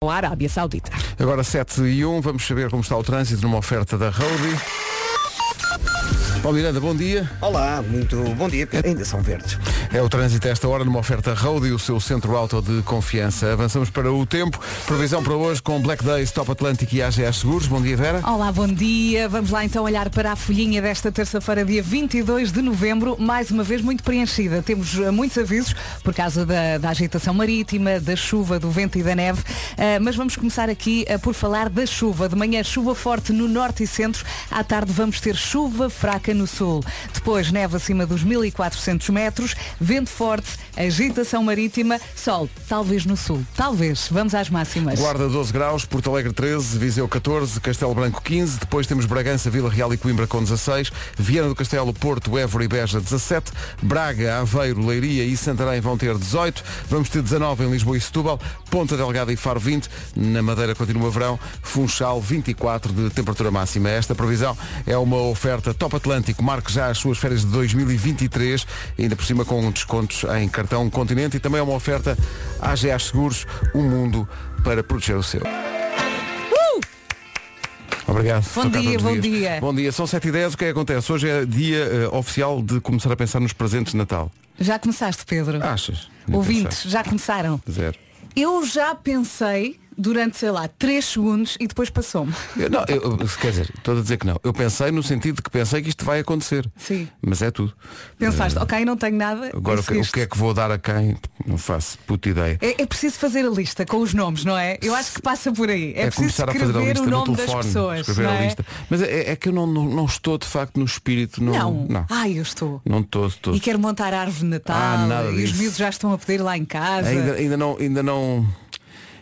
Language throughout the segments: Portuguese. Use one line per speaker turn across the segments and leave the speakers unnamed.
com a Arábia Saudita.
Agora 7 e 1, vamos saber como está o trânsito numa oferta da Roadie. Paulo Miranda, bom dia.
Olá, muito bom dia. Ainda são verdes.
É o trânsito a esta hora numa oferta Road e o seu centro auto de confiança. Avançamos para o tempo. Previsão para hoje com Black Days, Top Atlântico e AGA Seguros. Bom dia, Vera.
Olá, bom dia. Vamos lá então olhar para a folhinha desta terça-feira, dia 22 de novembro, mais uma vez muito preenchida. Temos eh, muitos avisos por causa da, da agitação marítima, da chuva, do vento e da neve, Eh, mas vamos começar aqui eh, por falar da chuva. De manhã, chuva forte no norte e centro. À tarde vamos ter chuva fraca no sul. Depois, neve acima dos 1400 metros, vento forte, agitação marítima, sol, talvez no sul. Talvez. Vamos às máximas.
Guarda 12 graus, Porto Alegre 13, Viseu 14, Castelo Branco 15, depois temos Bragança, Vila Real e Coimbra com 16, Viana do Castelo, Porto, Évora e Beja 17, Braga, Aveiro, Leiria e Santarém vão ter 18, vamos ter 19 em Lisboa e Setúbal, Ponta Delgada e Faro 20, na Madeira continua verão, Funchal 24 de temperatura máxima. Esta previsão é uma oferta Top Atlântico, marque já as suas férias de 2023, ainda por cima com descontos em cartão Continente e também é uma oferta AGA Seguros, um mundo para proteger o seu. Obrigado.
Uh! Bom
Sr. Carlos
dia, bom
Dias.
dia.
Bom dia, são 7h10, o que é que acontece? Hoje é dia eh, oficial de começar a pensar nos presentes de Natal.
Já começaste, Pedro?
Achas? Nem
Ouvintes, já começaram?
pensei. Zero.
Eu já pensei durante, sei lá, 3 segundos e depois passou-me.
Eu, não, eu, eu- quer dizer, estou a dizer que não. Eu pensei no sentido de que pensei que isto vai acontecer.
Sim.
Mas é tudo.
Pensaste, ok, não tenho nada.
Agora, o que, o
seguiste.
que é que vou dar a quem? Não faço puta ideia.
É, é preciso fazer a lista com os nomes, não é? Eu acho que passa por aí. É, preciso
começar a
escrever
fazer a lista
o nome
no
das
telefone.
pessoas.
escrever
não
a
é?
lista. Mas é, é que eu não, não, não estou de facto no espírito. Não.
Não.
Não,
Ai, eu estou.
não estou de todo.
E quero montar a árvore de Natal.
Ah, nada
e os
disso.
miúdos já estão a pedir lá em casa.
Ainda, ainda não. Ainda não...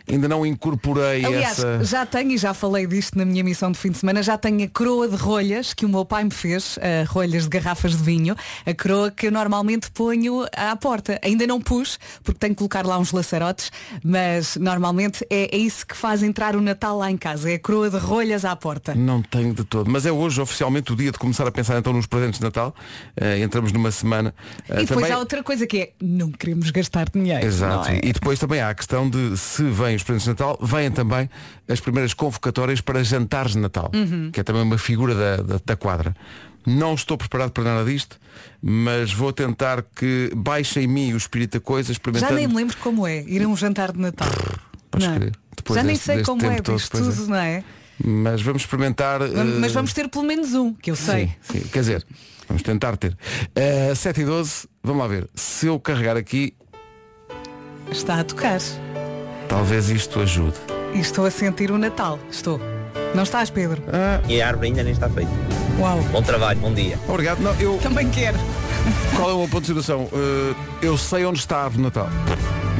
Ainda não incorporei
Aliás,
essa.
já tenho, e já falei disto na minha missão de fim de semana, já tenho a coroa de rolhas que o meu pai me fez, eh, rolhas de garrafas de vinho, a coroa que eu normalmente ponho à porta. Ainda não pus, porque tenho que colocar lá uns laçarotes, mas normalmente é, é isso que faz entrar o Natal lá em casa, é a coroa de rolhas à porta.
Não tenho de todo. Mas é hoje oficialmente o dia de começar a pensar então nos presentes de Natal. Eh, entramos numa semana. Eh,
E depois
também-
há outra coisa que é, não queremos gastar dinheiro.
Exato.
não é?
E depois também há a questão de se vêm os presentes de Natal, vêm também as primeiras convocatórias para jantares de Natal,
Uhum.
que é também uma figura da, da, da quadra. Não estou preparado para nada disto, mas vou tentar que baixe em mim o espírito da coisa,
Já
experimentando.
nem me lembro como é ir a um jantar de Natal.
Podes
Não é?
crer. Depois
Já nem
deste-
sei
deste
como é
tempo todo,
disto
pois é.
tudo, não é?
Mas vamos experimentar.
Vamos- Mas
eh,
vamos ter pelo menos um, que eu sei.
Sim, sim. Quer dizer, vamos tentar ter. Eh, 7 e 12, vamos lá ver. Se eu carregar aqui,
Está a tocar.
talvez isto ajude.
E estou a sentir o Natal. Estou. Não estás, Pedro?
E a árvore ainda nem está feita.
Uau.
Bom trabalho, bom dia.
Obrigado. Não, eu,
Também quero.
qual é o meu ponto de situação? Eh, eu sei onde está a árvore de Natal.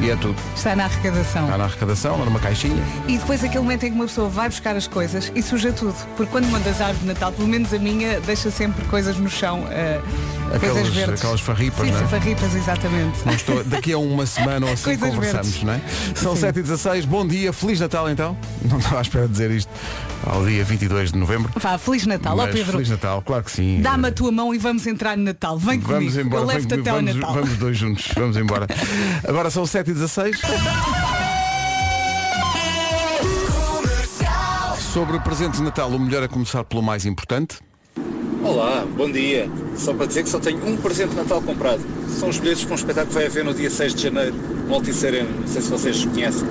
E é tudo.
Está na arrecadação.
Está na arrecadação, lá numa caixinha.
E depois aquele momento em que uma pessoa vai buscar as coisas e suja tudo. Porque quando mandas a árvore de Natal, pelo menos a minha, deixa sempre coisas no chão. eh, coisas
Aquelas-
verdes.
aquelas farripas,
Sim,
não é?
sim, farripas, exatamente.
Não estou- daqui a uma semana ou assim
Coisas
conversamos,
verdes.
não é? São
Sim.
7h16, bom dia, Feliz Natal então. Não estava à espera de dizer isto ao dia 22 de novembro.
Vá, Feliz Natal. Ó
mas
Tá Pedro,
Feliz Natal, claro que sim.
dá-me a tua mão e vamos entrar no Natal. Vem
Vamos
comigo.
embora,
eu
vem
levo-te até
comigo,
ao
vamos,
Natal.
vamos dois juntos, vamos embora. Agora são 7h16. Sobre presente de Natal, o melhor é começar pelo mais importante.
Olá, bom dia. Só para dizer que só tenho um presente de Natal comprado. São os bilhetes para um espetáculo que vai haver no dia 6 de janeiro, Multisereno. Não sei se vocês conhecem.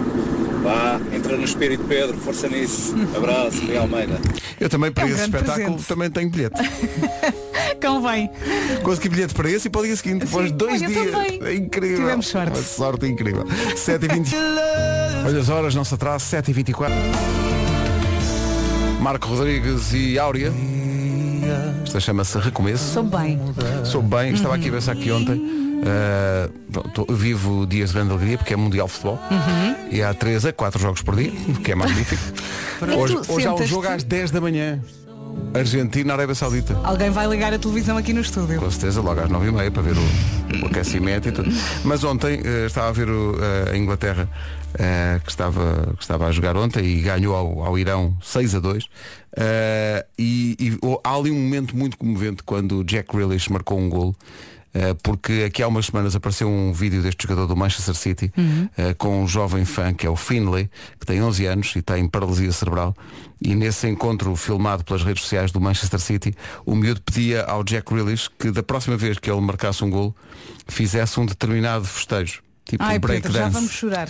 Vá, entra no espírito, Pedro. Força nisso. Abraço, Miguel Almeida.
Eu também para
É um
esse
grande
espetáculo
presente.
também tenho bilhete.
Convém.
Consegui bilhete para esse e para o dia seguinte, depois de dois
olha,
dias.
também.
É incrível.
Tivemos sorte.
Uma sorte incrível. 7h20. Olha as horas, não se atrasa, 7h24. Marco Rodrigues e Áurea. Esta chama-se Recomeço.
Estou bem.
Sou bem, estava aqui a pensar que ontem ah, pronto, eu vivo dias de grande alegria porque é mundial de futebol e há 3 a 4 jogos por dia, o que é magnífico.
tu
hoje hoje há um
sentas-te-
jogo às 10 da manhã. Argentina, Arábia Saudita.
Alguém vai ligar a televisão aqui no estúdio.
Com certeza, logo às 9h30 para ver o, o aquecimento e tudo. Mas ontem eh, estava a ver o, eh, a Inglaterra eh, que, estava, que estava a jogar ontem e ganhou ao, ao Irão 6 a 2. eh, e e o- há ali um momento muito comovente quando o Jack Grealish marcou um gol eh, porque aqui há umas semanas apareceu um vídeo deste jogador do Manchester City
Uhum.
eh, com um jovem fã que é o Finley, que tem 11 anos e tem paralisia cerebral. E nesse encontro filmado pelas redes sociais do Manchester City, o miúdo pedia ao Jack Grealish que da próxima vez que ele marcasse um golo, fizesse um determinado festejo. Tipo
Ai,
um break
Pedro, já
dance.
vamos chorar.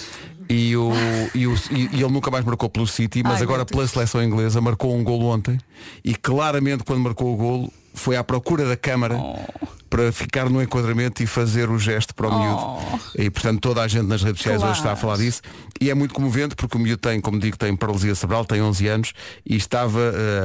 E, o, e, o, e- e ele nunca mais marcou pelo City, mas
Ai,
agora
meu Deus.
pela seleção inglesa marcou um golo ontem e claramente quando marcou o golo foi à procura da câmara
Oh.
para ficar no enquadramento e fazer o gesto para o miúdo. E portanto toda a gente nas redes sociais
Claro.
hoje está a falar disso. E é muito comovente porque o miúdo tem, como digo, tem paralisia cerebral, tem 11 anos e estava,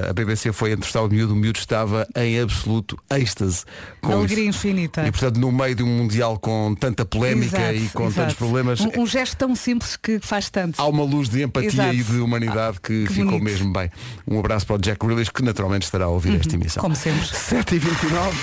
eh, a BBC foi entrevistar o miúdo, o miúdo estava em absoluto êxtase com
Alegria
isso.
infinita.
E portanto no meio de um mundial com tanta polémica
Exato,
e com
exato.
tantos problemas,
Um, um gesto tão simples que faz tanto.
há uma luz de empatia
Exato. Ah,
e de humanidade que,
que
ficou
bonito. Uhum.
mesmo bem. Um abraço para o Jack Grealish, que naturalmente estará a ouvir esta emissão.
como sempre.
7h29.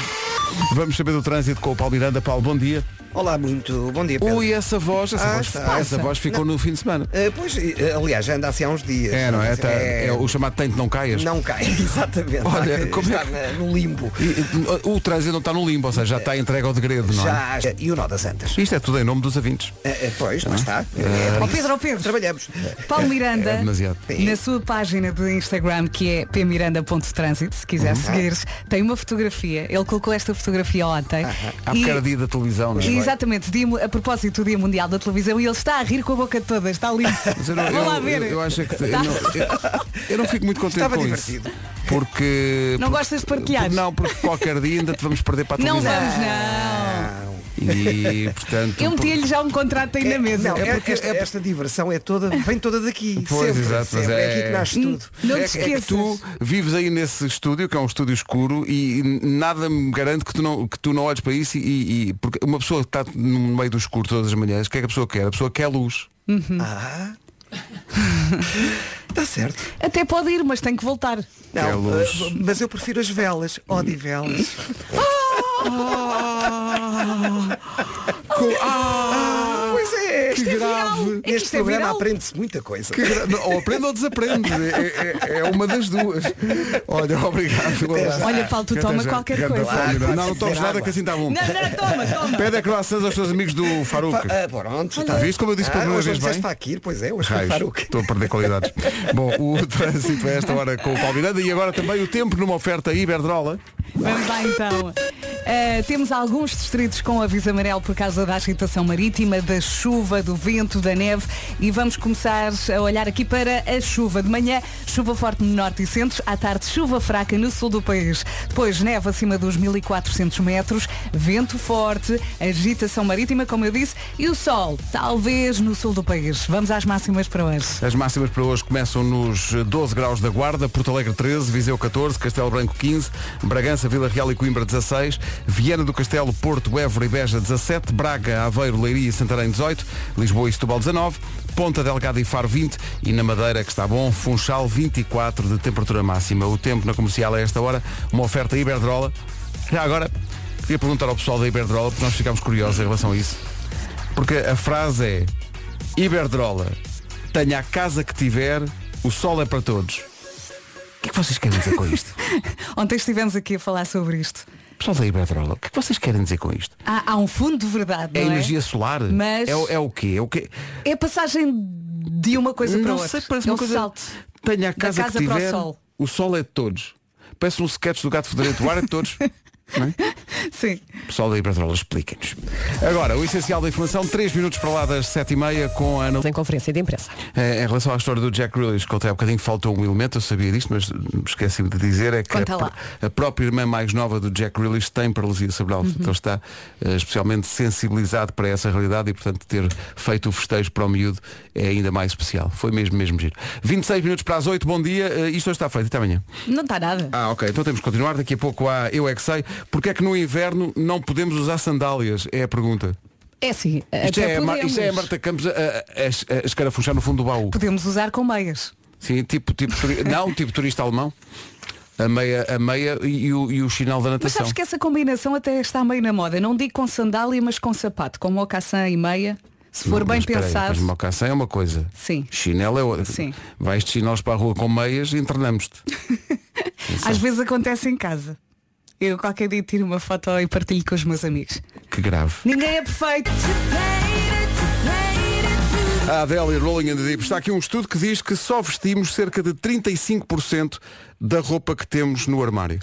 Vamos saber do trânsito com o Paulo Miranda. Paulo, bom dia.
Olá, muito bom dia, Pedro.
Ui, essa voz, essa,
Ah,
voz,
está.
essa voz ficou no fim de semana.
Ah, pois, eh, aliás, já anda assim há uns dias.
É, não é? Tá-
É,
é o chamado tanto não caias.
Não cai, exatamente.
Olha,
Está-
como é
está
que-
na- no limbo.
E, e, o trânsito não está no limbo, ou seja, já está entregue ao degredo, não é?
Já, e o Nó das Antas.
Isto é tudo em nome dos ouvintes.
Ah, ah, pois, lá está. É,
Ó Pedro, ó Pedro.
Trabalhamos.
Paulo Miranda,
é demasiado.
na sua página de Instagram, que é pmiranda.transit, se
Uhum.
quiser seguir, tem uma fotografia. Ele colocou esta fotografia ontem.
Há
E-
bocadinho da televisão, não é?
e Exatamente, dia, mu- a propósito do Dia Mundial da Televisão e ele está a rir com a boca toda, está lindo.
Mas eu, não-
Vou lá
eu-
ver.
eu- eu acho é que eu
Tá?
não, eu- eu não fico muito contente
Estava
com
divertido.
isso. Porque.
Não
porque-
gostas de partilhar?
porque Não, porque qualquer dia ainda te vamos perder para a
Não
televisão.
vamos, não.
Ah, E portanto.
Eu
por-
meti-lhe já um contrato aí na mesa.
Não,
É
é
porque-
esta,
é porque-
esta diversão é toda, vem toda daqui.
Pois,
sempre,
exato, mas
sempre.
é-
é aqui que nasce
N-
tudo.
É, que-
Não te
é que
esqueças.
tu vives aí nesse estúdio, que é um estúdio escuro, e nada me garante que tu não, que tu não olhes para isso e, e- porque uma pessoa que está no meio do escuro todas as manhãs, o que é que a pessoa quer? A pessoa quer luz.
Ah. Está certo.
Até pode ir, mas tem que voltar.
Que é
Não,
luz.
ah, mas eu prefiro as velas. Odivelas.
Com- Ah!
Pois é,
Que
este é
grave.
viral.
É
que
Neste
isto é
programa
viral.
aprende-se muita coisa.
Que gra- não, Ou aprende ou desaprende. É, é- é uma das duas. Olha, obrigado. pelo abraço.
Olha, Paulo, tu
Até
toma
já.
qualquer
Ganda
coisa.
fome, Não,
Claro,
não, não tomes
beber
nada
água.
que assim está bom.
Não, não, toma, toma.
Pede a croissants aos teus amigos do Faruque.
Ah, pronto,
Tá. Viste como eu disse pela
ah,
primeira
hoje
vez
não disseste
bem?
Fakir, pois é, hoje foi
Raios,
Faruk.
estou a perder qualidades. Bom, o trânsito é esta hora com o Paulo Miranda e agora também o tempo numa oferta Iberdrola.
Vamos lá então. Uh, temos alguns distritos com aviso amarelo por causa da agitação marítima, da chuva, do vento, da neve e vamos começar a olhar aqui para a chuva. De manhã, chuva forte no norte e centro, à tarde chuva fraca no sul do país. Depois neve acima dos 1400 metros, vento forte, agitação marítima, como eu disse, e o sol, talvez no sul do país. Vamos às máximas para hoje.
As máximas para hoje começam nos 12 graus da Guarda, Porto Alegre 13, Viseu 14, Castelo Branco 15, Bragança, Vila Real e Coimbra 16, Viana do Castelo, Porto, Évora e Beja 17, Braga, Aveiro, Leiria e Santarém 18, Lisboa e Setúbal 19, Ponta Delgada e Faro 20 e na Madeira, que está bom, Funchal 24 de temperatura máxima. O tempo na comercial a esta hora, uma oferta Iberdrola. Já agora, queria perguntar ao pessoal da Iberdrola, porque nós ficámos curiosos em relação a isso. Porque a frase é Iberdrola, tenha a casa que tiver, o sol é para todos. O que é que vocês querem dizer com isto?
Ontem estivemos aqui a falar sobre isto.
Pessoal da Iberdrola, o que é que vocês querem dizer com isto?
Há, há um fundo de verdade,
É
não é?
energia solar?
Mas-
É, o- é o quê? É o quê?
É a passagem de uma coisa para
Não
outra.
sei, parece
É
uma
um
coisa.
salto.
Tenha a
Da
casa,
casa
que
para o
tiver,
sol.
o sol é de todos. Parece um sketch do gato fedorento, o ar é de todos.
Sim.
Pessoal da Iberdrola, expliquem-nos. Agora, o essencial da informação, 3 minutos para lá das 7h30 com a Ana
em conferência de imprensa.
Eh, Em relação à história do Jack Grealish, contei há bocadinho que faltou um elemento, eu sabia disto, mas hum, esqueci-me de dizer, é que a,
Conta lá.
pr- a própria irmã mais nova do Jack Grealish tem paralisia cerebral, portanto
Uhum.
ele está eh, especialmente sensibilizado para essa realidade e portanto ter feito o festejo para o miúdo é ainda mais especial. Foi mesmo, mesmo giro. 26 minutos para as 8, bom dia, Eh, isto hoje está feito, até amanhã.
Não está nada.
Ah, ok, então temos que continuar, daqui a pouco há Eu É Que Sei, porque é que no inverno não podemos usar sandálias? É a pergunta.
É sim.
Isto,
até
é, a Mar-
podemos.
isto é a Marta Campos a, a- a- a escarafunchar no fundo do baú.
Podemos usar com meias.
Sim, tipo, tipo turi- não, tipo turista alemão. A meia, a meia e, e o, e o sinal da
Mas
natação.
sabes que é, essa combinação até está meio na moda. Não digo com sandália, mas com sapato. Com mocassin e meia. Se for bem
Mas espera aí,
pensado.
Mas mocassin é uma coisa.
Sim.
Chinelo é outra.
Sim.
Vais de chinelos para a rua com meias e internamos-te.
às vezes acontece em casa. Eu qualquer dia tiro uma foto e partilho com os meus amigos.
Que grave.
Ninguém é perfeito.
A Adele e Rolling in the Deep. Está aqui um estudo que diz que só vestimos cerca de 35% da roupa que temos no armário.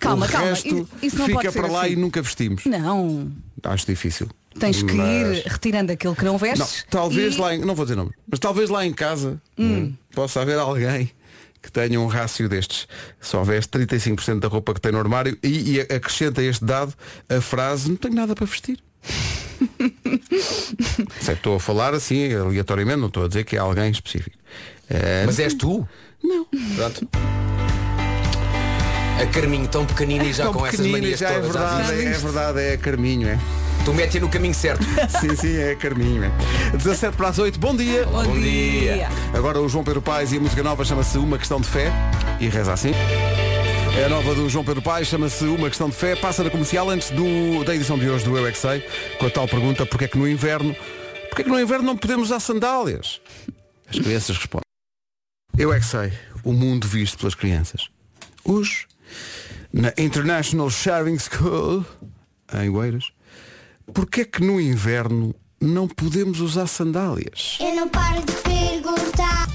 Calma,
o
calma.
resto
I- Isso não
fica
pode ser
para lá
assim.
e nunca vestimos.
Não.
Acho difícil.
Tens que
Mas-
ir retirando aquilo que não
Não,
vestes.
talvez
e-
lá em, não vou dizer nome, mas talvez lá em casa hum, possa haver alguém que tenha um rácio destes. Só veste 35% da roupa que tem no armário e, e acrescenta a este dado a frase não tenho nada para vestir. Sei, estou a falar assim aleatoriamente, não estou a dizer que é alguém específico. Eh,
Mas és tu?
não,
Pronto. A Carminho tão pequenina e já
Tão
com essas
pequenino,
manias
já é
todas. já
verdade,
viste?
é verdade, é Carminho, é.
vi. tu mete no caminho certo.
Sim, sim, é Carminho, é. 17 para as 8, bom dia.
Bom,
Bom
dia.
dia.
Agora o João Pedro Paes e a música nova chama-se Uma Questão de Fé e reza assim. É a nova do João Pedro Paes, chama-se Uma Questão de Fé, passa na comercial antes do- da edição de hoje do Eu é Que Sei, com a tal pergunta, porque é que no inverno, porque é que no inverno não podemos usar sandálias? As crianças respondem. Eu é que sei, o mundo visto pelas crianças. Hoje, na International Sharing School, em Oeiras, porque é que no inverno não podemos usar sandálias?
Eu não paro de perguntar.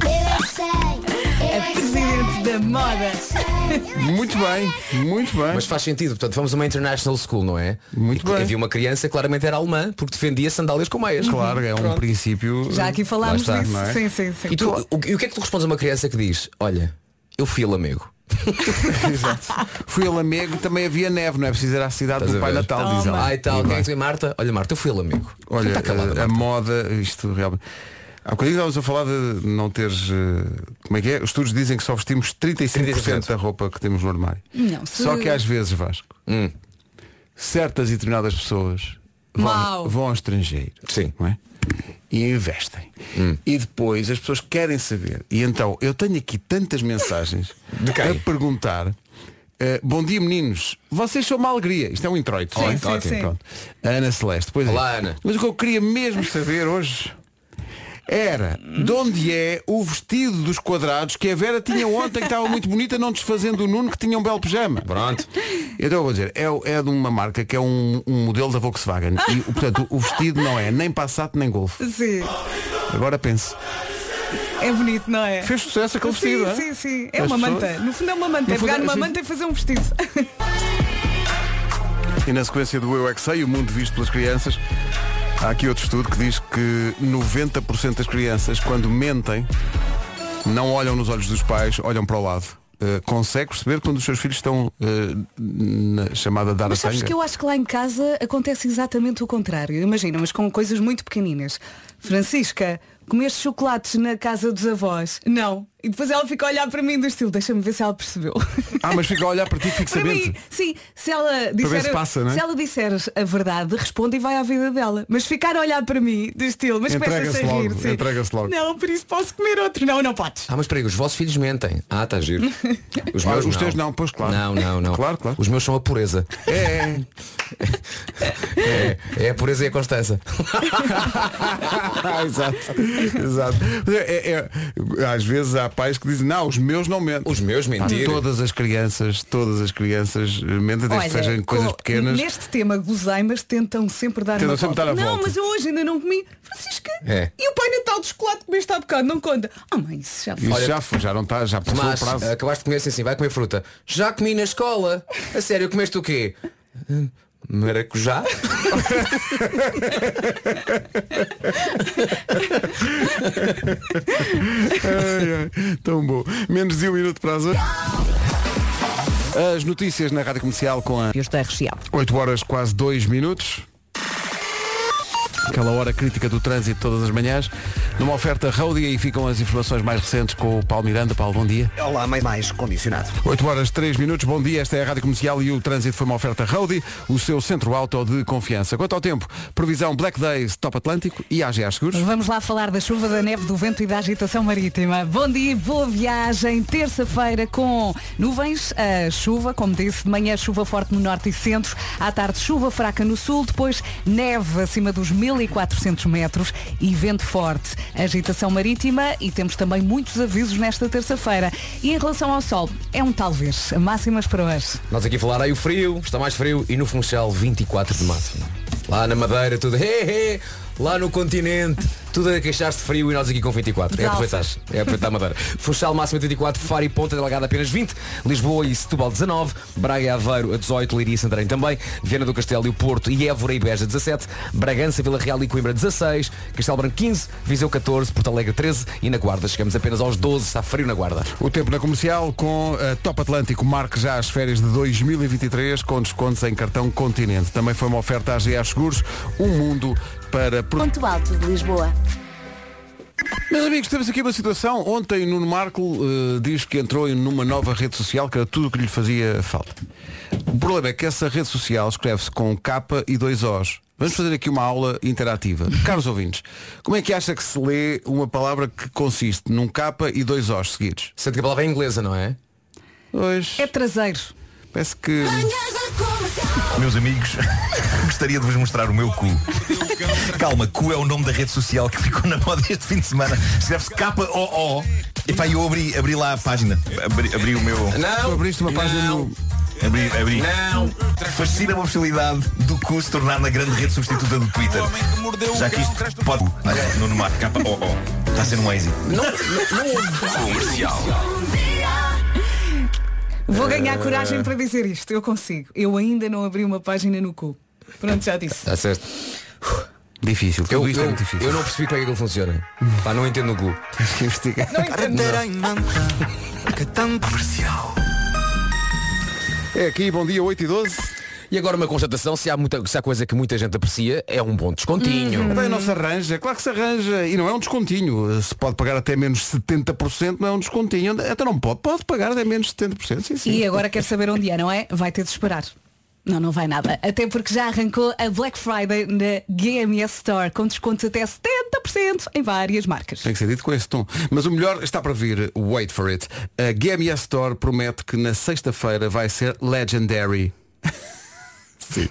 Eu é que sei. Eu
A
é que
presidente da moda.
sei. é
Muito bem, muito bem.
Mas faz sentido, portanto vamos a uma international school, não é?
Muito
e,
bem.
Havia uma criança, claramente era alemã, porque defendia sandálias com meias.
Claro, é um
Pronto.
princípio.
Já aqui falámos
Lá está,
disso.
não é?
Sim, sim, sim.
E, tu, o, e o que é que tu respondes a uma criança que diz, olha, eu fui lamego.
Exato. Fui a Lamego, também havia neve, não é preciso ir à cidade
Estás
do
a
Pai
ver?
Natal, Então tá diz ela.
Ai tal,
E
quem é
vai.
que diz, Marta? Olha Marta, eu fui lamego.
Olha, eh,
está calada,
a,
Marta.
moda, isto realmente. Há bocadinho estávamos a falar de não teres. eh, Como é que é? Os estudos dizem que só vestimos 35%,
35%.
da roupa que temos no armário.
Não, se-
Só que às vezes, Vasco, certas e determinadas pessoas vão,
Mau.
vão ao estrangeiro.
Sim.
não é? E investem.
Hum.
E depois as pessoas querem saber. E então eu tenho aqui tantas mensagens
De quem?
a perguntar. eh, bom dia meninos, vocês são uma alegria. Isto é um introito.
Sim,
Ó,
sim, sim.
Pronto. A Ana Celeste, pois é.
Olá, Ana.
Mas o que eu queria mesmo saber hoje era de onde é o vestido dos quadrados que a Vera tinha ontem, que estava muito bonita, não desfazendo o Nuno que tinha um belo pijama.
Pronto.
Então eu vou dizer, é, o- é de uma marca que é um, um modelo da Volkswagen. E, portanto, o vestido não é nem Passat nem Golf.
Sim.
Agora penso.
É bonito, não é?
Fez sucesso aquele
sim,
vestido,
sim,
é?
sim. É
As
uma
pessoas-
manta. No fundo é uma manta. É
No fundo
pegar
é-
numa
sim.
manta e fazer um vestido.
E na sequência do Eu é Que Sei, o mundo visto pelas crianças, há aqui outro estudo que diz que 90% das crianças, quando mentem, não olham nos olhos dos pais, olham para o lado. Eh, consegue perceber quando os seus filhos estão eh, na chamada dar
Mas
a
sabes
tanga?
que eu acho que lá em casa acontece exatamente o contrário. Imagina, mas com coisas muito pequeninas. Francisca, comeste chocolates na casa dos avós? Não. E depois ela fica a olhar para mim do estilo, deixa-me ver se ela percebeu.
Ah, mas fica a olhar para ti
Para
fixamente.
mim, sim, se ela
ver
disser,
se passa, não é?
se ela disser a verdade, responde e vai à vida dela. Mas ficar a olhar para mim do estilo, mas começa
Entrega-se
a rir.
logo,
sim.
entrega-se logo.
Não, por isso posso comer outro. Não, não podes.
Ah, mas peraí, os vossos filhos mentem. Ah, está giro. Os
Ah,
meus
os
não.
teus não, pois, claro.
Não, não, não.
Claro, claro.
Os meus são a pureza.
É,
É, é a pureza e a constância.
é. exato. exato. É, é, Às vezes há pais que dizem, não, os meus não mentem.
Os meus
Ah,
mentirem.
Todas as crianças, todas as crianças eh, mentem, desde que sejam coisas
com-
pequenas.
Neste tema gozei, mas tentam sempre dar
Tentam
uma
sempre
volta.
dar a
não,
volta.
mas eu hoje ainda não comi. Francisca,
É.
e o Pai Natal de chocolate que comeste há bocado, não conta. Ah mãe, isso já foi.
Isso
Olha,
já foi, já não está, já passou
Mas
o prazo.
acabaste de comer assim, assim, vai comer fruta. Já comi na escola. A sério, comeste o quê? Hum, Maracujá?
Ai, ai, tão bom. Menos de um minuto para as oito. As notícias na Rádio Comercial com a
Este é recheado.
8 horas quase 2 minutos. Aquela hora crítica do trânsito todas as manhãs. Numa oferta Rodia e ficam as informações mais recentes com o Paulo Miranda. Paulo, bom dia.
Olá, mais, É mais condicionado.
8 horas 3 minutos, bom dia, esta é a Rádio Comercial e o trânsito foi uma oferta Roadie, o seu centro auto de confiança. Quanto ao tempo, previsão Black Days, Top Atlântico e AGA Seguros.
Vamos lá falar da chuva, da neve, do vento e da agitação marítima. Bom dia, e boa viagem. Terça-feira com nuvens, ah, chuva, como disse, de manhã chuva forte no norte e centro, à tarde chuva fraca no sul, depois neve acima dos 1400 metros e vento forte. agitação marítima e temos também muitos avisos nesta terça-feira. E em relação ao sol, é um talvez. Máximas para hoje.
Nós aqui a falar, aí o frio, está mais frio e no Funchal 24 de máximo. Lá na Madeira tudo, he, he, lá no continente, tudo a queixar-se de frio e nós aqui com 24. É
Dalfa.
aproveitar, é aproveitar a Madeira. Funchal máximo 34, Faro e Ponta Delgada apenas 20, Lisboa e Setúbal 19, Braga e Aveiro a 18, Leiria e Santarém também, Viana do Castelo e o Porto e Évora e Beja 17, Bragança, Vila Real e Coimbra 16, Castelo Branco 15, Viseu 14, Porto Alegre 13 e na Guarda chegamos apenas aos 12, está frio na Guarda.
O tempo na comercial com a Top Atlântico marque já as férias de 2023 com descontos em cartão Continente. Também foi uma oferta à GA Seguros, um mundo para proteger.
Ponto Alto de Lisboa.
Meus amigos, temos aqui uma situação. Ontem Nuno Marco eh, diz que entrou em- numa nova rede social que era tudo o que lhe fazia falta. O problema é que essa rede social escreve-se com K e dois Os. Vamos fazer aqui uma aula interativa. Caros ouvintes, como é que acha que se lê uma palavra que consiste num K e dois Os seguidos?
Sendo que a palavra é inglesa, não é?
Pois,
É traseiro.
parece que...
Meus amigos, gostaria de vos mostrar o meu cu. Calma, cu é o nome da rede social que ficou na moda este fim de semana. Escreve-se K-O-O. Epá, eu abri, abri lá a página. Abri, abri o meu.
Tu abriste uma página no...
Abri, abri.
Não!
Fascina-me a possibilidade do cu se tornar na grande rede substituta do Twitter. Já que isto pode. Olha, no Mar, K-O-O. Está a ser um êxito. Comercial.
Vou ganhar coragem para dizer isto. Eu consigo. Eu ainda não abri uma página no cu. Pronto, já disse.
Está certo.
Tá Difícil, tudo
Eu,
isto
eu,
é muito difícil.
eu não percebi como é que aquilo funciona. Pá, não entendo o cu.
Tens que investigar. É aqui, bom dia, 8 e 12.
E agora uma constatação, se há, muita, se há coisa que muita gente aprecia, é um bom descontinho.
Uhum. Bem, não se arranja, claro que se arranja. E não é um descontinho. Se pode pagar até menos 70%, não é um descontinho. Até não pode, pode pagar até menos 70%, sim, sim.
E agora quer saber onde é, não é? Vai ter de esperar. Não, não vai nada. Até porque já arrancou a Black Friday na GMS Store com descontos até 70% em várias marcas.
Tem que ser dito com esse tom. Mas o melhor está para vir. Wait for it. A GMS Store promete que na sexta-feira vai ser legendary. Sim.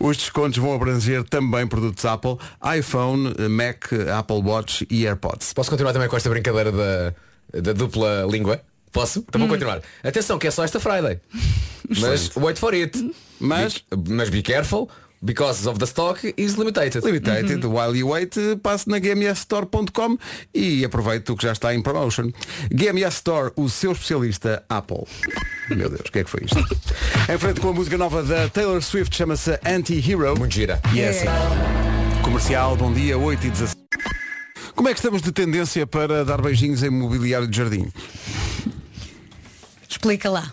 Os descontos vão abranger também produtos Apple, iPhone, Mac, Apple Watch e AirPods.
Posso continuar também com esta brincadeira da, da dupla língua? Posso? Então
Hum.
vou continuar. Atenção, que é só esta Friday. Mas wait for it.
Mas-
Be, mas be careful, because of the stock is limited.
Limited, while you wait, passe na gmsstore.com e aproveite o que já está em promotion. GMS Store, o seu especialista Apple. Meu Deus, o que é que foi isto? em frente com a música nova da Taylor Swift, chama-se Anti-Hero.
Muito gira.
Yes. é assim. Comercial, bom dia, 8 e 17. Como é que estamos de tendência para dar beijinhos em mobiliário de jardim?
Explica lá.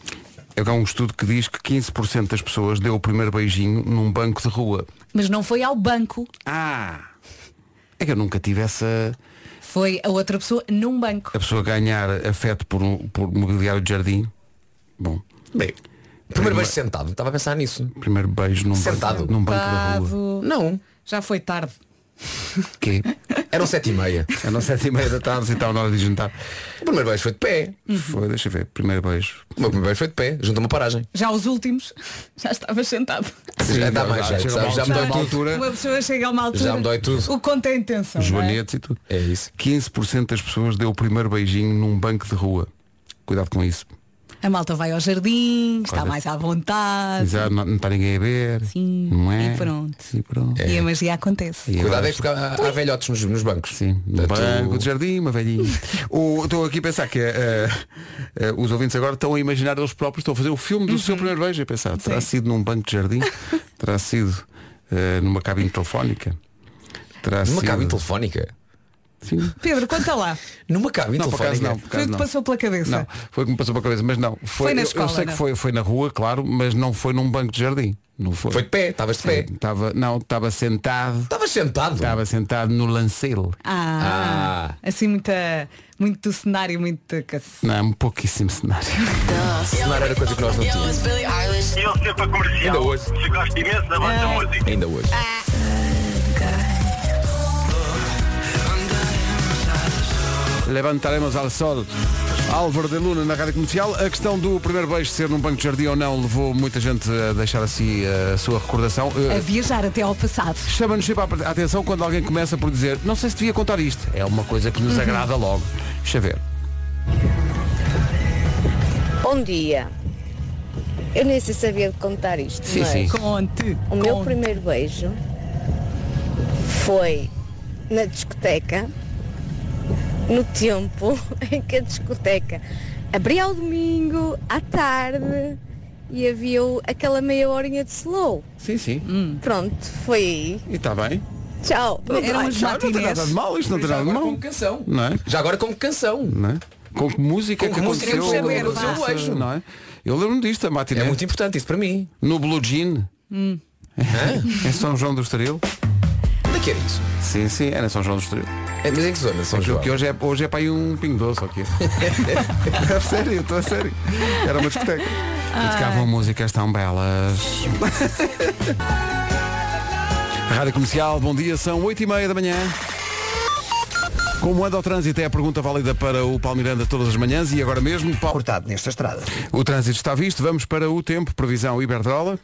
É que Há um estudo que diz que 15% das pessoas deu o primeiro beijinho num banco de rua.
Mas não foi ao banco,
Ah! É que eu nunca tive essa...
foi a outra pessoa num banco.
a pessoa ganhar afeto por, um- por mobiliário de jardim. Bom,
Bem, primeiro beijo sentado, estava a pensar nisso.
primeiro beijo num
Sentado.
banco, num banco da rua.
Pavo.
Não.
Já foi tarde.
Quê?
Eram um sete e meia.
Eram sete e é meia da tarde e estava na hora de jantar.
O primeiro beijo foi de pé.
Foi, deixa eu ver, primeiro beijo.
O meu primeiro beijo foi de pé, junto a uma paragem.
Já os últimos, já estavas sentado.
É,
já dá mais jeito,
Chega
sabes? Já me dói
uma
tudo.
altura,
Uma pessoa chega a uma altura.
Já me dói tudo.
O conto é intenção. não é?
joanetes e tudo.
É isso.
15% das pessoas deu o primeiro beijinho num banco de rua. Cuidado com isso.
A malta vai ao jardim, está
Olha.
mais à vontade.
Exato, "Ah, não não está ninguém a ver.
Ah, Sim,
Não é?
e pronto.
E pronto.
E a magia acontece.
É. E
É. Cuidado
agora-
Tá é porque há, há velhotes nos, nos bancos.
Sim, no
Portanto,
banco de jardim, uma velhinha. O- Estou aqui a pensar que eh, eh, os ouvintes agora estão a imaginar eles próprios, estão a fazer o filme do
Uhum.
seu primeiro beijo. A pensar, terá sido num banco de jardim, terá sido eh, numa cabine telefónica. Terá
Numa
sido...
cabine telefónica?
Sim.
Pedro, conta lá.
Numa cabine
Não, por acaso
telefónica?
não. Por
Foi o
acaso
que
não.
passou pela cabeça.
Não, foi o que me passou pela cabeça, mas não. Foi,
Foi na
eu-
escola,
Eu sei
não?
que foi, foi na rua, claro, mas não foi num banco de jardim. Não foi.
Foi de pé, estavas de pé.
Sim, Tava, não, estava sentado.
Estavas sentado.
Estava sentado no lanceiro.
Ah,
Ah.
assim muita, muito do cenário, muito cace-
Não, um pouquíssimo cenário.
Cenário era coisa que nós não tínhamos.
Eu sempre a comercial.
Ainda hoje.
Gosto imenso da
Ah,
vossa música.
Ainda hoje.
Ah, Levantaremos ao sol. Álvaro de Luna na Rádio Comercial. A questão do primeiro beijo ser num banco de jardim ou não levou muita gente a deixar assim a sua recordação. Eh,
A viajar até ao passado.
Chama-nos sempre a atenção quando alguém começa por dizer não sei se devia contar isto. É uma coisa que nos
Uhum.
agrada logo. Deixa ver.
Bom dia. Eu nem sei sabia de contar isto, é?
Sim,
é?
mas
sim.
Conte.
o meu
conte.
primeiro beijo foi na discoteca, no tempo em que a discoteca abria ao domingo, à tarde, e havia o- aquela meia horinha de slow.
Sim, sim.
Hum.
Pronto, foi aí.
E está bem.
Tchau.
Eram os
Já, não tem
matinés.
nada de mal, isto não tem
Já
nada de
agora
mal.
com canção.
Não é?
Já agora com canção.
Não é? Com que música
Com
que
que música
aconteceu,
é que saber,
aconteceu
vá.
essa- não é? Eu lembro-me disto, a matiné.
É muito importante isso para mim.
No Blue Jean. Hum. É São João do Estoril?
Onde é que era isso?
Sim, sim, era em São João do Estoril.
É, mas em que zona, São
Aquilo
João?
que hoje é, hoje é para aí um pingo doce aqui. é sério, estou a sério. Era uma discoteca. E tocavam músicas tão belas. Rádio Comercial, bom dia, são 8h30 da manhã. Como anda o trânsito? É a pergunta válida para o Palmeiranda todas as manhãs e agora mesmo, Paulo,
Cortado nesta estrada.
o trânsito está visto, vamos para o tempo, previsão Iberdrola.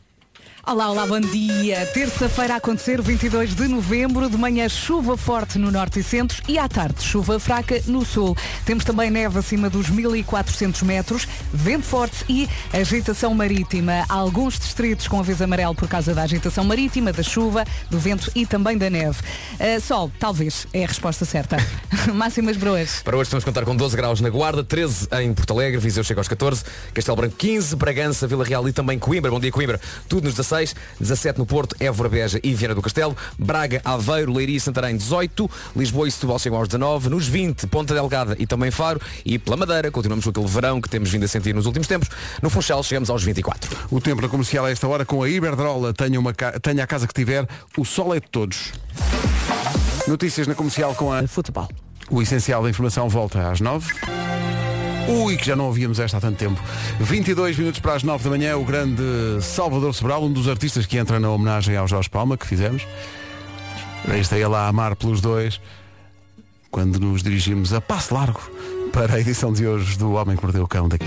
Olá, olá, bom dia. Terça-feira a acontecer, 22 de novembro, de manhã chuva forte no norte e centro e à tarde chuva fraca no sul. Temos também neve acima dos 1400 metros, vento forte e agitação marítima. Há alguns distritos com aviso amarelo por causa da agitação marítima, da chuva, do vento e também da neve. Ah, sol, talvez, é a resposta certa. Máximas broas.
Para hoje estamos a contar com 12 graus na Guarda, 13 em Porto Alegre, Viseu chega aos 14, Castelo Branco 15, Bragança, Vila Real e também Coimbra. Bom dia Coimbra, tudo nos 16, 17 no Porto, Évora, Beja e Viana do Castelo, Braga, Aveiro, Leiria e Santarém 18, Lisboa e Setúbal chegam aos 19, nos 20 Ponta Delgada e também Faro e pela Madeira continuamos com aquele verão que temos vindo a sentir nos últimos tempos. No Funchal chegamos aos 24.
O tempo na comercial a esta hora com a Iberdrola. Tenha, uma ca- tenha a casa que tiver, o sol é de todos. Notícias na comercial com a Futebol. O essencial da informação volta às nove. Ui, que já não ouvíamos esta há tanto tempo. 22 minutos para as 9 da manhã, o grande Salvador Sobral, um dos artistas que entra na homenagem ao Jorge Palma, que fizemos. Esta é lá a amar pelos dois, quando nos dirigimos a passo largo para a edição de hoje do Homem que Mordeu o Cão. Daqui.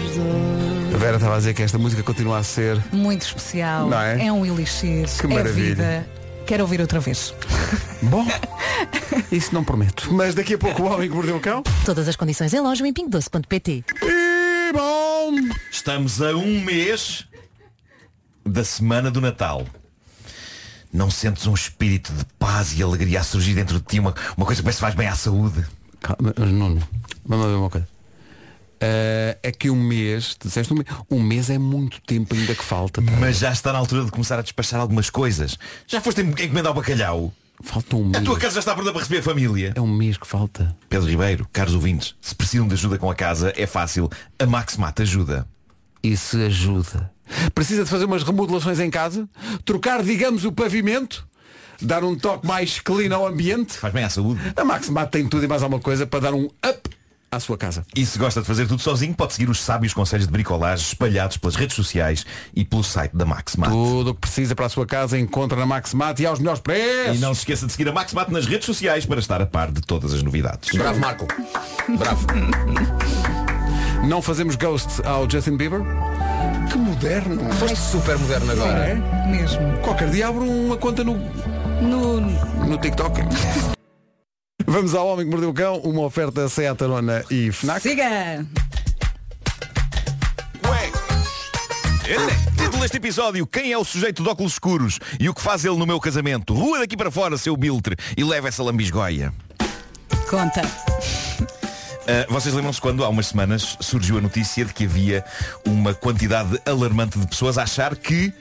A Vera estava a dizer que esta música continua a ser
Muito especial.
Não é?
é um elixir.
Que
é
maravilha.
vida. Quero ouvir outra vez.
Bom, isso não prometo. Mas daqui a pouco o homem que mordeu o cão.
Todas as condições em loja em pingdoce.pt.
E bom!
Estamos a um mês da semana do Natal. Não sentes um espírito de paz e alegria a surgir dentro de ti, uma, uma coisa que parece que faz bem à saúde?
Calma, Nuno, vamos lá ver uma coisa. Eh, é que um mês, tu disseste um mês, um mês é muito tempo ainda que falta. tá?
Mas já está na altura de começar a despachar algumas coisas. Já foste em- encomendar o bacalhau?
Falta um
A
mês.
tua casa já está pronta para receber a família.
É um mês que falta.
Pedro Ribeiro, caros ouvintes, se precisam de ajuda com a casa, é fácil. A Max Mata ajuda.
Isso ajuda. Precisa de fazer umas remodelações em casa, trocar, digamos, o pavimento, dar um toque mais clean ao ambiente.
Faz bem à saúde.
A Maximat tem tudo e mais alguma coisa para dar um up à sua casa.
E se gosta de fazer tudo sozinho, pode seguir os sábios conselhos de bricolagem espalhados pelas redes sociais e pelo site da Max Mata.
Tudo o que precisa para a sua casa encontra na Maximat e aos melhores preços.
E não se esqueça de seguir a Max Mate nas redes sociais para estar a par de todas as novidades.
Bravo Marco. Bravo.
Não fazemos ghost ao Justin Bieber? Que moderno!
Foste super moderno agora.
é?
Mesmo.
Qualquer dia abre uma conta no,
No,
no TikTok. Vamos ao Homem que Mordeu o Cão, uma oferta Seat Arona e FNAC.
Siga!
Título deste episódio, quem é o sujeito de óculos escuros e o que faz ele no meu casamento? Rua daqui para fora, seu biltre, e leva essa lambisgoia.
Conta.
Ah, vocês lembram-se quando há umas semanas surgiu a notícia de que havia uma quantidade alarmante de pessoas a achar que,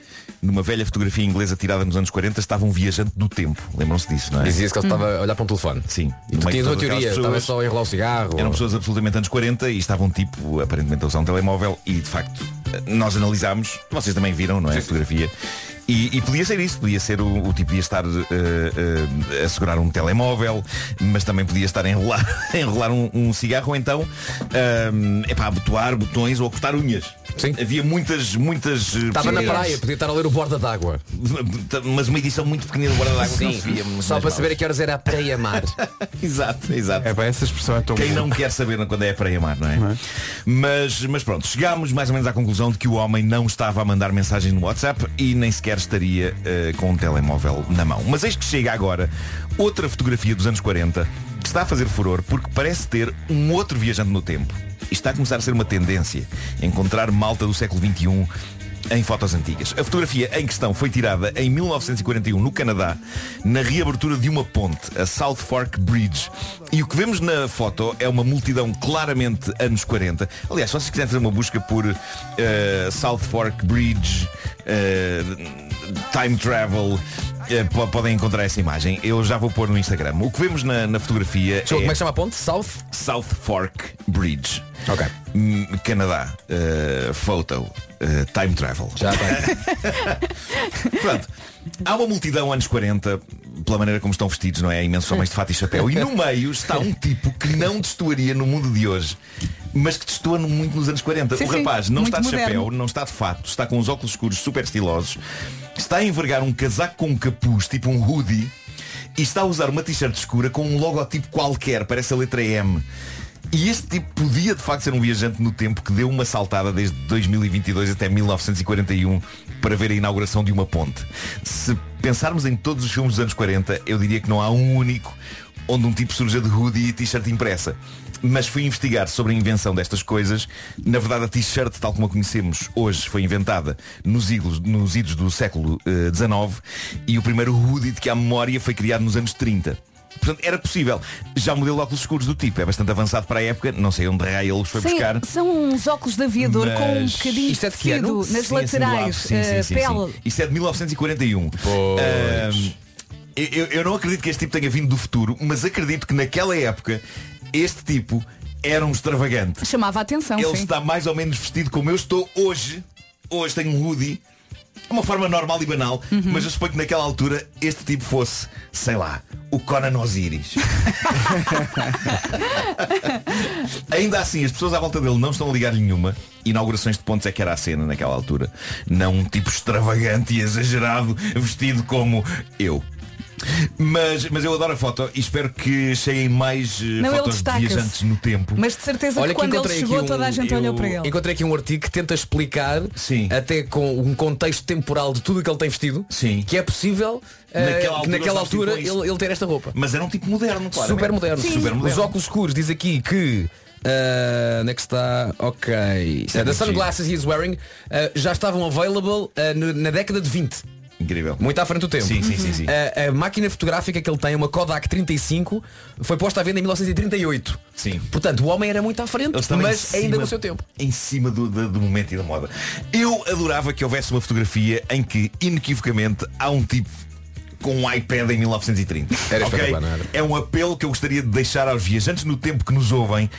numa velha fotografia inglesa tirada nos anos 40, estava um viajante do tempo. Lembram-se disso, não é?
Dizia-se que ele estava a olhar para um telefone.
Sim.
E tu
Meio
tinhas uma
todas aquelas
teoria, estava
pessoas-
só a enrolar o cigarro.
Eram pessoas absolutamente anos 40 e estavam tipo, aparentemente, a usar um telemóvel e de facto nós analisámos, vocês também viram, não é? A fotografia. E, e podia ser isso, podia ser o, o tipo, podia estar eh, eh, a segurar um telemóvel, mas também podia estar a enrolar, a enrolar um, um cigarro ou então é para abotoar botões ou a cortar unhas. Sim. Havia muitas, muitas. eh,
Estava na
possibilidades.
praia, podia estar a ler o borda d'água.
Mas uma edição muito pequenina do borda d'água que não
Sim,
se via muito
Só para
nas malas.
saber a que horas era a praia mar.
exato, exato.
É para essa expressão é tão
Quem
boa.
não quer saber quando é para amar, não é? Mas, mas pronto, chegámos mais ou menos à conclusão de que o homem não estava a mandar mensagens no WhatsApp e nem sequer estaria eh, com um telemóvel na mão. Mas eis que chega agora outra fotografia dos anos 40 que está a fazer furor porque parece ter um outro viajante no tempo. Isto está a começar a ser uma tendência. Encontrar malta do século um XXI em fotos antigas. A fotografia em questão foi tirada em 1941 no Canadá, na reabertura de uma ponte, a South Fork Bridge. E o que vemos na foto é uma multidão claramente anos 40. Aliás, se vocês quiserem fazer uma busca por eh, South Fork Bridge, eh, Time Travel, eh, po- podem encontrar essa imagem. Eu já vou pôr no Instagram. O que vemos na, na fotografia
Como é
é
que chama a ponte? South?
South Fork Bridge. Ok. Canadá. Eh, photo. Eh, time travel.
Já Tá bem.
Pronto, há uma multidão anos 40 pela maneira como estão vestidos, não é? Imensos homens de fato e chapéu. E no meio está um tipo que não destoaria no mundo de hoje, mas que destoa no- muito nos anos 40.
Sim,
o
sim,
rapaz não
muito
está de chapéu,
moderno.
não está de fato, está com os óculos escuros super estilosos, está a envergar um casaco com um capuz, tipo um hoodie, e está a usar uma t-shirt escura com um logotipo qualquer, parece a letra M. E este tipo podia de facto ser um viajante no tempo que deu uma saltada desde 2022 até 1941 para ver a inauguração de uma ponte. Se pensarmos em todos os filmes dos anos 40, eu diria que não há um único onde um tipo surja de hoodie e t-shirt impressa. Mas fui investigar sobre a invenção destas coisas. Na verdade, a t-shirt, tal como a conhecemos hoje, foi inventada nos idos, nos idos do século eh, XIX e o primeiro hoodie de que há memória foi criado nos anos 30. Portanto, era possível. Já o modelo de óculos escuros do tipo é bastante avançado para a época. Não sei onde raio ele os foi
Sim,
buscar.
são uns óculos de aviador com um
Mas-
bocadinho
Isto é
de
de que ano?
tecido nas
Sim, assim, do
laterais,
lápis. Sim,
eh,
sim, sim,
pele.
sim. Isto é de 1941. Ahm, eu, eu não acredito que este tipo tenha vindo do futuro, mas acredito que naquela época este tipo era um extravagante.
Chamava a atenção,
Ele
sim.
está mais ou menos vestido como eu estou hoje. Hoje tenho um hoodie. É Uma forma normal e banal,
Uhum.
mas eu suponho que naquela altura este tipo fosse, sei lá, o Conan Osiris. Ainda assim, as pessoas à volta dele não estão a ligar nenhuma. Inaugurações de pontos é que era a cena naquela altura. Não um tipo extravagante e exagerado, vestido como eu. Mas, mas eu adoro a foto e espero que cheguem mais eh,
Não, ele
fotos de
destaca-se.
viajantes no tempo.
Mas de certeza
Olha
que
que
quando ele
encontrei
chegou
aqui um-
toda a gente
eu-
olhou para ele.
Encontrei aqui um artigo que tenta explicar
Sim.
até com um contexto temporal de tudo o que ele tem vestido
Sim.
que é possível eh,
Naquela
que naquela altura
altura só se tinha
ele, ele ter esta roupa.
Mas era um tipo moderno, claro.
Super moderno.
Super
Os
moderno.
óculos escuros diz aqui que ah, onde é que está? Ok.
é
Eh, the
muito
sunglasses he is wearing ah, já estavam available ah, no- na década de 20.
Incrível.
Muito à frente do tempo.
Sim, sim, sim, sim.
A, a máquina fotográfica que ele tem, uma Kodak 35, foi posta à venda em 1938.
Sim.
Portanto, o homem era muito à frente,
Ele estava em
mas ainda
cima-
no seu tempo.
Em cima do, do- do momento e da moda. Eu adorava que houvesse uma fotografia em que, inequivocamente, há um tipo com um iPad em 1930.
Era
Ok?
espetacular, não era?
É um apelo que eu gostaria de deixar aos viajantes no tempo que nos ouvem.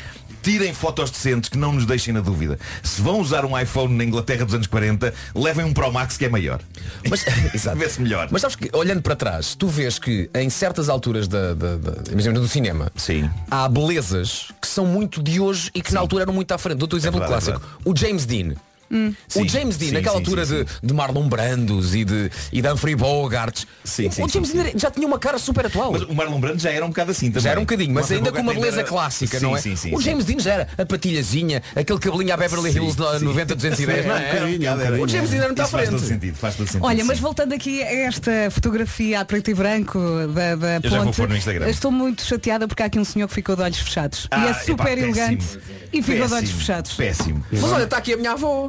Tirem fotos decentes que não nos deixem na dúvida. Se vão usar um iPhone na Inglaterra dos anos 40, levem um Pro Max que é maior.
Mas, exato.
Vê-se melhor.
Mas sabes que, olhando para trás, tu vês que em certas alturas da, da, da- imagina, do cinema,
Sim.
há belezas que são muito de hoje e que na altura eram muito à frente. Dou-te um exemplo
verdade,
clássico.
é
o James Dean.
Sim,
o James Dean,
sim,
naquela
sim,
altura
sim,
de, de Marlon Brandos e de, e de Humphrey Bogart,
Sim,
o,
sim,
o James
sim,
Dean era- já tinha uma cara super atual.
Mas o Marlon Brando já era um bocado assim também.
Já era um bocadinho, mas
Nossa,
ainda
o
com uma
Gata
beleza
era-
clássica,
Sim,
não é?
Sim, sim,
o
sim.
James Dean já era a patilhazinha, aquele cabelinho à Beverly Hills
Sim,
da
sim.
90-210, não
Era um
é?
bocado, era um
O James Dean era muito à
Isso Faz todo
frente.
sentido, faz todo sentido.
Olha, mas
sim.
voltando aqui a esta fotografia a preto e branco da, da
Eu já vou
ponte,
pôr no Instagram.
estou muito chateada porque há aqui um senhor que ficou de olhos fechados. e
Ah,
é
epá,
super
péssimo.
elegante e ficou de olhos
Péssimo,
fechados.
Péssimo.
Mas olha, está aqui a minha avó.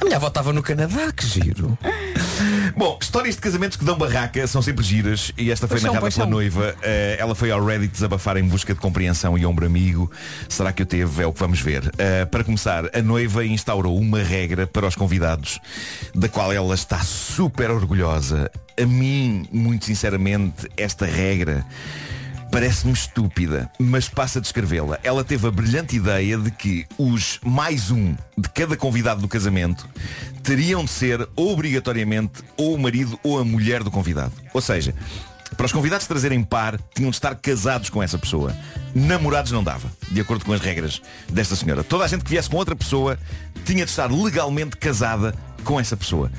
a minha avó estava no Canadá, que giro.
Bom, histórias de casamentos que dão barraca são sempre giras e esta foi
Pois são,
narrada
pois
pela
são.
noiva. Eh, ela foi ao Reddit desabafar em busca de compreensão e ombro amigo. Será que eu teve? É o que vamos ver. Eh, para começar, a noiva instaurou uma regra para os convidados, da qual ela está super orgulhosa. A mim, muito sinceramente, esta regra Parece-me estúpida, mas passo a descrevê-la. Ela teve a brilhante ideia de que os mais um de cada convidado do casamento teriam de ser obrigatoriamente ou o marido ou a mulher do convidado. Ou seja, para os convidados trazerem par, tinham de estar casados com essa pessoa. Namorados não dava, de acordo com as regras desta senhora. Toda a gente que viesse com outra pessoa tinha de estar legalmente casada com essa pessoa.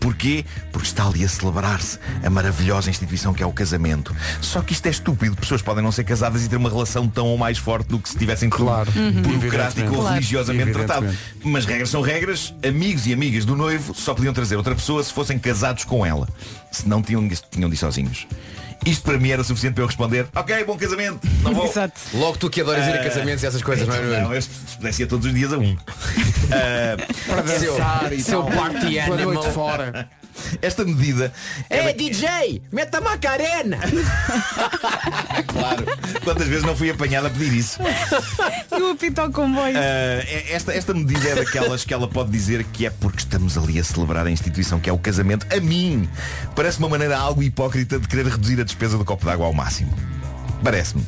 Porquê? Porque está ali a celebrar-se a maravilhosa instituição que é o casamento. Só que isto é estúpido. Pessoas podem não ser casadas e ter uma relação tão ou mais forte do que se tivessem claro.
Uhum.
burocrático ou
Evidentemente.
religiosamente
Claro.
tratado.
Evidentemente.
Mas regras são regras, amigos e amigas do noivo só podiam trazer outra pessoa se fossem casados com ela. Se não tinham, tinham de ir sozinhos. Isto para mim era suficiente para eu responder, ok, bom casamento, não vou.
Logo tu que adoras ir a
Eh,
casamentos e essas coisas, não é? Nuno?
Não, eu se pudesse ir todos os dias a um. Eh,
Para dançar e
seu
tal.
party
Pela noite
animal.
fora.
Esta medida é da-
DJ, meta Macarena!
claro. Quantas vezes não fui apanhada a pedir isso?
E o apito ao comboio.
Ah, é- esta, esta medida é daquelas que ela pode dizer que é porque estamos ali a celebrar a instituição que é o casamento. A mim, parece uma maneira algo hipócrita de querer reduzir a despesa do copo d'água ao máximo. Parece-me.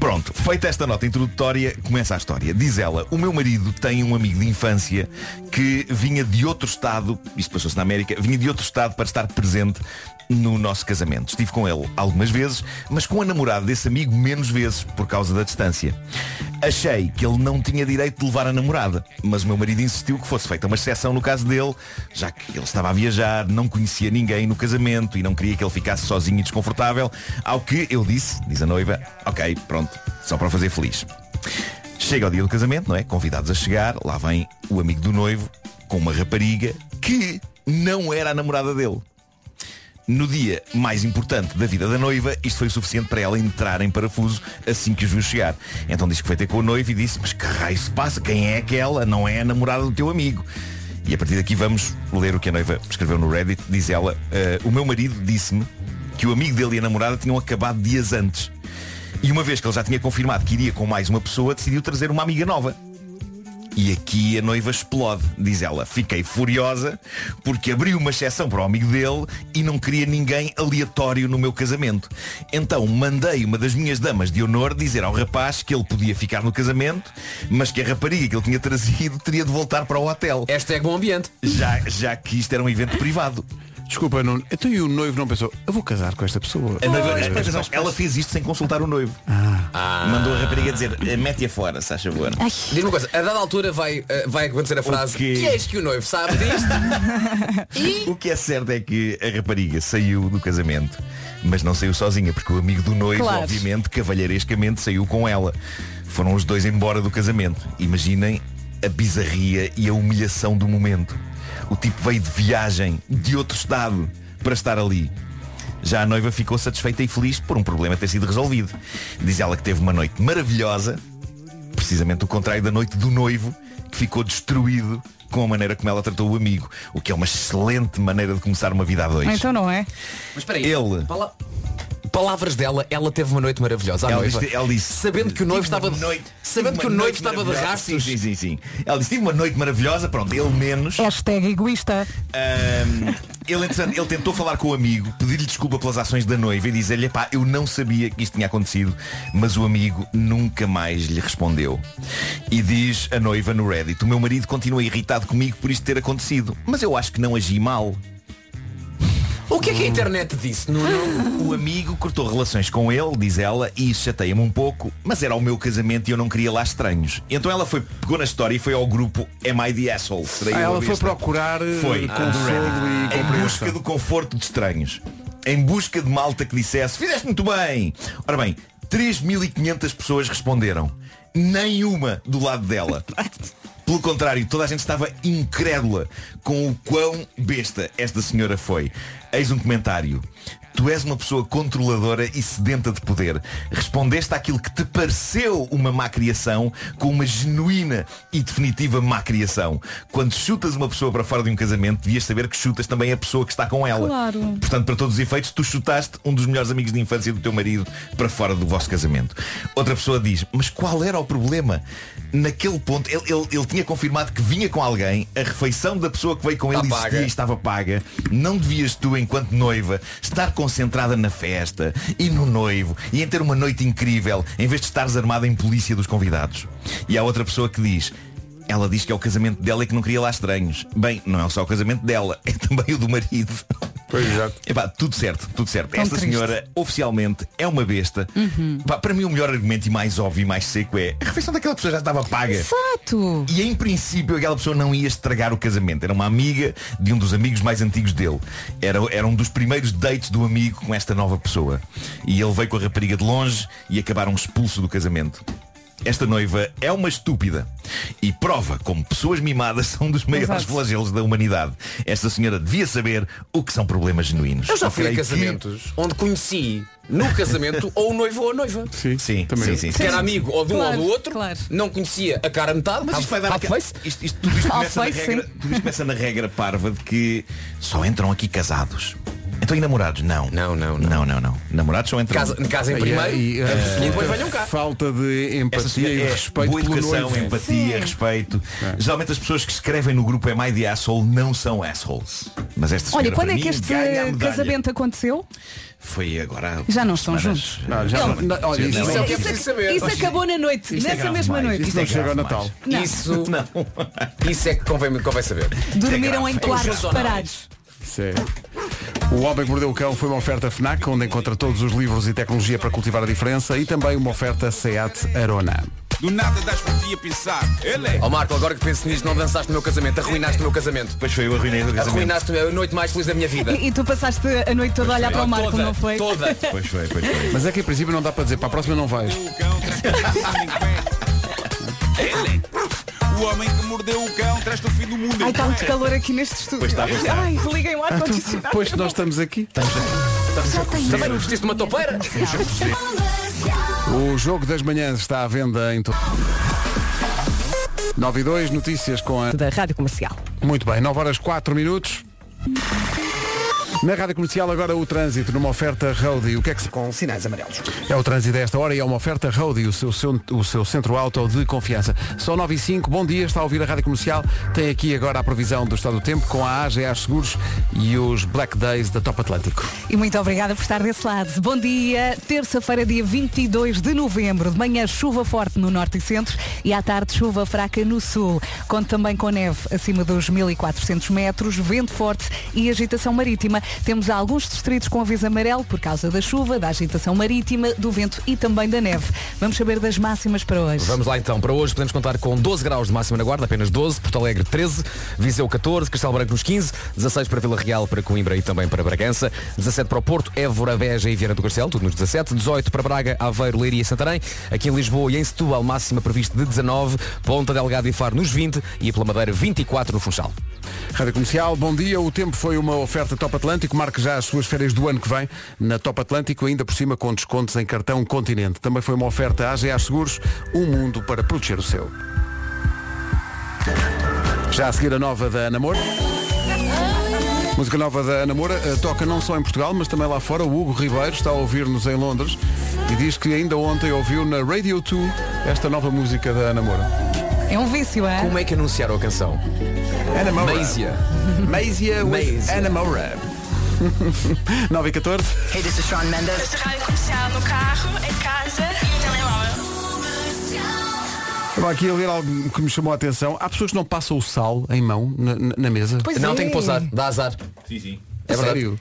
Pronto, feita esta nota introdutória, começa a história. Diz ela, o meu marido tem um amigo de infância que vinha de outro estado, isto passou-se na América, vinha de outro estado para estar presente no nosso casamento. Estive com ele algumas vezes, mas com a namorada desse amigo menos vezes, por causa da distância. Achei que ele não tinha direito de levar a namorada, mas o meu marido insistiu que fosse feita uma exceção no caso dele, já que ele estava a viajar, não conhecia ninguém no casamento e não queria que ele ficasse sozinho e desconfortável, ao que eu disse, diz a noiva, ok, pronto, só para o fazer feliz. Chega o dia do casamento, não é? Convidados a chegar, lá vem o amigo do noivo com uma rapariga que não era a namorada dele. No dia mais importante da vida da noiva, isto foi o suficiente para ela entrar em parafuso assim que os viu chegar. Então disse que foi ter com o noivo e disse, mas que raio se passa? Quem é aquela? Não é a namorada do teu amigo. E a partir daqui vamos ler o que a noiva escreveu no Reddit. Diz ela, "Ah, o meu marido disse-me que o amigo dele e a namorada tinham acabado dias antes. E uma vez que ele já tinha confirmado que iria com mais uma pessoa, decidiu trazer uma amiga nova. E aqui a noiva explode, diz ela. Fiquei furiosa porque abri uma exceção para o amigo dele e não queria ninguém aleatório no meu casamento. Então mandei uma das minhas damas de honor dizer ao rapaz que ele podia ficar no casamento, mas que a rapariga que ele tinha trazido teria de voltar para o hotel.
Esta é bom ambiente.
Já, já que isto era um evento privado.
Desculpa, não. Então e o noivo não pensou, eu vou casar com esta pessoa.
A noiva- atenção, ela fez isto sem consultar o noivo. Mandou a rapariga dizer, "Eh, mete-a fora, se faz favor.
Diz-me uma coisa, a dada altura vai, eh, vai acontecer a frase
quê?
E eis que o noivo sabe disto
O que é certo é que a rapariga saiu do casamento, mas não saiu sozinha, porque o amigo do noivo,
Claro.
obviamente, cavalheirescamente saiu com ela. Foram os dois embora do casamento. Imaginem a bizarria e a humilhação do momento. O tipo veio de viagem de outro estado para estar ali. Já a noiva ficou satisfeita e feliz por um problema ter sido resolvido. Diz ela que teve uma noite maravilhosa, precisamente o contrário da noite do noivo, que ficou destruído com a maneira como ela tratou o amigo, o que é uma excelente maneira de começar uma vida a dois.
Então não é?
Mas espera aí
Ele.
pala- Palavras dela, ela teve uma noite maravilhosa. à
Ela
noiva.
disse- ela disse,
sabendo que o noivo estava de noite, sabendo
Tive
que o
uma
noivo estava de
maravilhosa.
rastros.
Sim, sim, sim, sim. Ela disse, tive uma noite maravilhosa, pronto, ele menos.
Hashtag egoísta.
Ahm, ele, entretanto, ele tentou falar com o amigo, pedir-lhe desculpa pelas ações da noiva e dizer-lhe, pá, eu não sabia que isto tinha acontecido, mas o amigo nunca mais lhe respondeu. E diz a noiva no Reddit, o meu marido continua irritado comigo por isto ter acontecido, mas eu acho que não agi mal.
O que é que
Hum.
a internet disse? Nuno?
O amigo cortou relações com ele, diz ela, e isso chateia-me um pouco, mas era o meu casamento e eu não queria lá estranhos. Então ela foi, pegou na história e foi ao grupo Am I the Asshole? Serei
Ah,
eu a
ela foi
besta?
procurar eh,
Foi. Ah,
consolo e
Em
compreensão.
busca do conforto de estranhos. Em busca de malta que dissesse, fizeste muito bem. Ora bem, 3.500 pessoas responderam. Nenhuma do lado dela. Pelo contrário, toda a gente estava incrédula com o quão besta esta senhora foi. Eis um comentário. Tu és uma pessoa controladora e sedenta de poder. Respondeste àquilo que te pareceu uma má criação com uma genuína e definitiva má criação. Quando chutas uma pessoa para fora de um casamento, devias saber que chutas também a pessoa que está com ela.
Claro.
Portanto, para todos os efeitos, tu chutaste um dos melhores amigos de infância do teu marido para fora do vosso casamento. Outra pessoa diz, mas qual era o problema? Naquele ponto, ele, ele- ele tinha confirmado que vinha com alguém, a refeição da pessoa que veio com ele
Está
existia
paga.
e estava paga. Não devias tu, enquanto noiva, estar com concentrada na festa e no noivo e em ter uma noite incrível, em vez de estares armada em polícia dos convidados. E há outra pessoa que diz, ela diz que é o casamento dela e que não queria lá estranhos. Bem, não é só o casamento dela, é também o do marido. Pois exato. Epá, tudo certo, tudo certo.
Tão
Esta
triste.
senhora oficialmente é uma besta.
Uhum.
Pá, para mim o melhor argumento e mais óbvio e mais seco é a refeição daquela pessoa já estava paga.
Exato.
E em princípio aquela pessoa não ia estragar o casamento. Era uma amiga de um dos amigos mais antigos dele. Era, era um dos primeiros dates do amigo com esta nova pessoa. E ele veio com a rapariga de longe e acabaram expulso do casamento. Esta noiva é uma estúpida e prova como pessoas mimadas são dos maiores
Exato.
flagelos da humanidade. Esta senhora devia saber o que são problemas genuínos.
Eu já fui a
Creio que-
casamentos onde conheci no casamento ou o noivo ou a noiva.
Sim, sim, sim, sim.
Que era amigo ou de um
Claro,
ou do outro, não conhecia a cara a metade, mas
Mas
isto vai dar a face.
Isto, isto, tudo isto
Ao
começa, na
face,
regra,
sim.
tudo isto começa na regra parva de que só entram aqui casados. Então e namorados? Não. Não, não, não. Não, não, Namorados só entram.
Casa- casa em primeiro,
e,
e depois venham cá.
Falta de
eh, empatia e respeito
é Boa
pelo
educação,
noivo.
empatia, respeito.
É.
Geralmente as pessoas que escrevem no grupo é mais de asshole não são assholes. Mas esta
Olha,
senhora,
quando
para
é que
mim,
este
ganha a medalha.
casamento aconteceu?
Foi agora. há
Já não estão
semanas.
juntos.
Não, já
Ele-
não- olha,
Isso é o que é preciso saber. Isso acabou na noite,
Isto é
nessa
grave
mesma
demais.
noite. é
Isto não chega ao Natal.
Não.
Isso não. Isso é que convém, convém saber.
Dormiram
É grave.
em
É
quartos
grave.
separados.
Sim. O Homem que Mordeu o Cão foi uma oferta FNAC, onde encontra todos os livros e tecnologia para cultivar a diferença e também uma oferta SEAT Arona.
Do nada das por ti a pensar. Ele é.
Ó Marco, agora que penso nisto, não dançaste o meu casamento, arruinaste o meu casamento.
Pois foi, eu arruinei o
casamento. Arruinaste a noite mais feliz da minha vida.
E, e tu passaste a noite toda a olhar
foi.
para o
Oh,
Marco,
toda,
não foi?
toda.
Pois foi, pois foi.
Mas é que em princípio não dá para dizer, para a próxima não vais.
Ele é. O homem que mordeu o cão traz-te o fim do mundo. é?
Ai, tá um está muito calor aqui neste estúdio.
Pois
tá,
está, pois está.
Ai, liguem o ar-condicionado.
Pois nós estamos aqui.
Também não vestiste um uma topeira?
O jogo das manhãs está à venda em todo. 9 e 2, notícias com a.
Da Rádio Comercial.
Muito bem, 9 horas 4 minutos. Na Rádio Comercial agora o trânsito numa oferta Roadie. O que é que se...
Com sinais amarelos.
É o trânsito a esta hora e é uma oferta Roadie, o seu, seu- o seu centro auto de confiança. São 9 e 5, bom dia, está a ouvir a Rádio Comercial. Tem aqui agora a previsão do estado do tempo com a AGA Seguros e os Black Days da Top Atlântico.
E muito obrigada por estar desse lado. Bom dia, terça-feira, dia 22 de novembro. De manhã, chuva forte no norte e centro e à tarde, chuva fraca no sul. Conto também com neve acima dos 1.400 metros, vento forte e agitação marítima. Temos alguns distritos com aviso amarelo por causa da chuva, da agitação marítima, do vento e também da neve. Vamos saber das máximas para hoje.
Vamos lá então, para hoje podemos contar com 12 graus de máxima na guarda, apenas 12, Porto Alegre 13, Viseu 14, Castelo Branco nos 15, 16 para Vila Real, para Coimbra e também para Bragança, 17 para o Porto, Évora, Beja e Viana do Castelo, tudo nos 17, 18 para Braga, Aveiro, Leiria e Santarém, aqui em Lisboa e em Setúbal máxima prevista de 19, Ponta Delgada e Faro nos 20 e pela Madeira 24 no Funchal.
Rádio Comercial, bom dia. O tempo foi uma oferta Top Atlântico. Marque já as suas férias do ano que vem na Top Atlântico, ainda por cima com descontos em cartão Continente. Também foi uma oferta AGA Seguros, um mundo para proteger o seu. Já a seguir a nova da Ana Moura. Música nova da Ana Moura eh, toca não só em Portugal, mas também lá fora. O Hugo Ribeiro está a ouvir-nos em Londres e diz que ainda ontem ouviu na Radio 2 esta nova música da Ana Moura.
É um vício, é?
Como é que anunciaram a canção?
Ana Moura.
Maisia.
Maisia with Ana Moura. 9 e 14.
Hey, this is Sean Mendes. Rádio Comercial no carro, é em casa e no telemóvel.
Estava aqui a ler algo que me chamou a atenção. Há pessoas que não passam o sal em mão na, na- na mesa.
Pois Não, é. tem que pousar.
Dá azar.
Sim, sim.
É sério.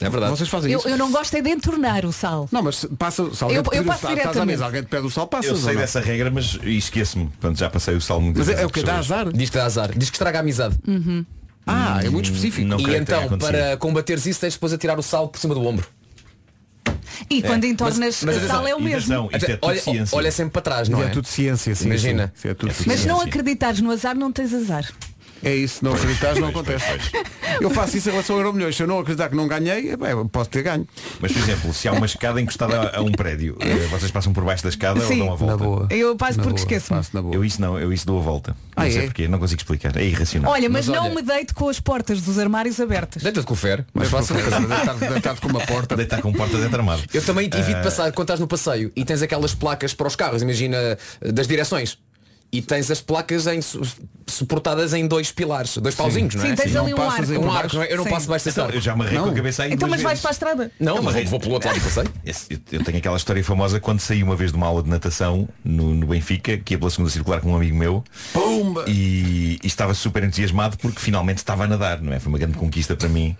É verdade.
Vocês fazem
Eu,
isso?
eu não gosto é de entornar o sal.
Não, mas passa o sal.
Eu,
alguém te
eu
pede o
passo
sal, estás à
diretamente.
mesa, alguém te pede o sal, passas
Eu sei
ou não?
dessa regra, mas esqueço-me. Portanto, já passei o sal muito
Mas é- é o quê? Dá azar?
Diz que dá azar. Diz que estraga a amizade.
Uhum.
Hum.
Ah, é muito específico. Não
e
creio que tenha
então,
acontecido.
para combateres isso, tens depois a tirar o sal por cima do ombro.
E quando
É.
entornas
Mas- mas
o sal
atenção,
é o
e
mesmo.
atenção, isto é tudo
Olha-
ciência. olha sempre para trás,
Não
não
é?
é?
tudo ciência, sim.
Imagina.
sim. Sim, é, tudo
Mas
ciência.
não acreditares no azar, não tens azar.
é isso, não acreditares, não acontece. Eu faço isso em relação ao Euromilhões. Se eu não acreditar que não ganhei, eh, bem, eu posso ter ganho.
Mas, por exemplo, se há uma escada encostada a- a um prédio, eh, vocês passam por baixo da escada
Sim.
ou dão a volta?
Na boa.
Eu passo porque esqueço-me.
Eu isso não, eu isso dou a volta.
Ah,
não sei
é?
porquê, não consigo explicar. É irracional.
Olha, mas, não me deito com as portas dos armários abertas.
Deita-te com o fer. Mas
fácil.
Deitar- deitar-te
com uma porta.
Deitar com porta dentro armado.
Eu também evito
Ah,
passar quando estás no passeio e tens aquelas placas para os carros, imagina, das direções. e tens as placas em su- suportadas em dois pilares, dois pauzinhos, não é?
Sim, tens Sim. ali
Não
um
passas
arco.
aí por baixo. Eu não
Sim.
passo baixo desse
Então,
arco.
eu já me arrei com a
Não.
cabeça aí
Então,
duas
mas vais
vezes.
para a estrada.
Não, mas
Mas-
vou, vou pelo outro lado, não sei.
Esse- eu- Eu tenho aquela história famosa quando saí uma vez de uma aula de natação no, no Benfica, que ia pela segunda circular com um amigo meu. E, e estava super entusiasmado porque finalmente estava a nadar, não é? Foi uma grande conquista para mim.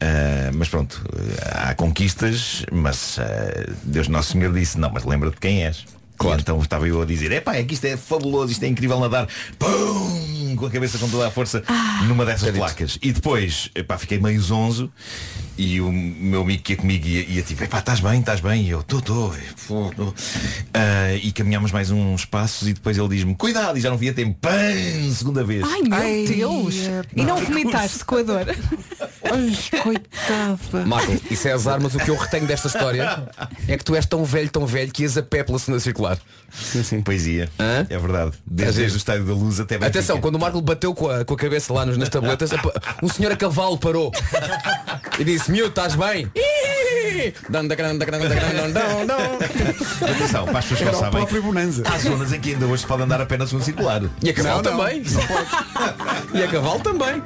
Ah, mas pronto, ah, há conquistas, mas ah, Deus Nosso Senhor disse, não, mas lembra-te quem és. Claro. Então estava eu a dizer, epá, é que isto é fabuloso, isto é incrível nadar. Pum! Com a cabeça com toda a força numa dessas placas. E depois, epá, fiquei meio zonzo e o meu amigo que ia comigo ia, ia tipo, epá, estás bem, estás bem? E eu, estou, estou. e caminhámos mais uns passos e depois ele diz-me, cuidado, e já não via tempo. Pam! Segunda vez.
Ai meu Deus! E não vomitaste com a dor. coitada.
Marco, isso é azar, mas o que eu retenho desta história é que tu és tão velho, tão velho, que ias a pé pela segunda circular.
Sim, sim. Poesia. É verdade. Desde, desde o estádio da luz até Benfica.
Atenção, quando um- o Marco bateu com a, com a cabeça lá nos, nas tabletas, a- um senhor a cavalo parou e disse, miúdo, estás bem? Dão, dão, dão, dão, dão, dão, dão, dão.
Atenção, para as pessoas que não
Era o
sabem,
próprio Bonanza.
Há zonas em que ainda hoje se pode andar apenas um circular.
E a cavalo também. E a cavalo também.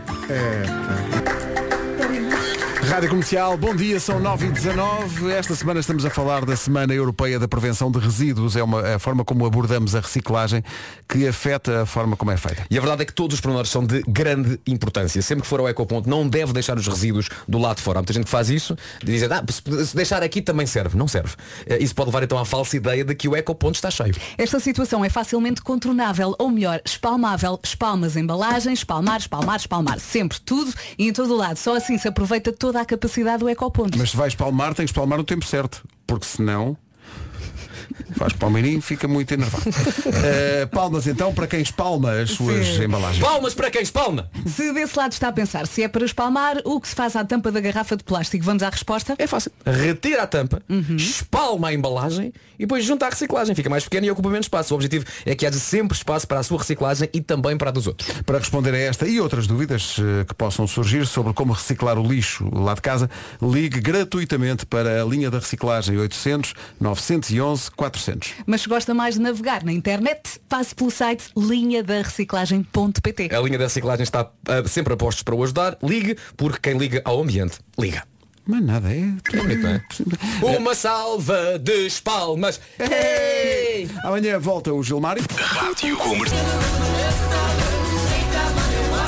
Rádio Comercial, bom dia, são 9 e 19 Esta semana estamos a falar da Semana Europeia da Prevenção de Resíduos. É uma, é a forma como abordamos a reciclagem que afeta a forma como é feita.
E a verdade é que todos os pormenores são de grande importância. Sempre que for ao ecoponto, não deve deixar os resíduos do lado de fora. Há muita gente que faz isso e diz, ah, se- se deixar aqui também serve. Não serve. Eh, Isso pode levar então à falsa ideia de que o ecoponto está cheio.
Esta situação é facilmente contornável, ou melhor, espalmável. Espalmas embalagens, espalmar, espalmar, espalmar. Sempre, tudo e em todo o lado. Só assim se aproveita toda a capacidade do ecoponto.
Mas se vais palmar, tens que palmar no tempo certo, porque senão faz palmeirinho, fica muito enervado. Eh, palmas então para quem espalma as suas
Sim.
embalagens.
Palmas para quem espalma!
Se desse lado está a pensar, se é para espalmar, o que se faz à tampa da garrafa de plástico? Vamos à resposta?
É fácil. Retira a tampa, espalma a embalagem e depois junta à reciclagem. Fica mais pequena e ocupa menos espaço. O objetivo é que haja sempre espaço para a sua reciclagem e também para a dos outros.
Para responder a esta e outras dúvidas eh, que possam surgir sobre como reciclar o lixo lá de casa, ligue gratuitamente para a linha da reciclagem 800 911 400.
Mas se gosta mais de navegar na internet, passe pelo site linhadarreciclagem.pt.
A linha da reciclagem está ah, sempre a postos para o ajudar. Ligue, porque quem liga ao ambiente, liga.
Mas nada, é.
É bonito, não é? Uma salva de espalmas. Hey!
Amanhã volta o Gilmário.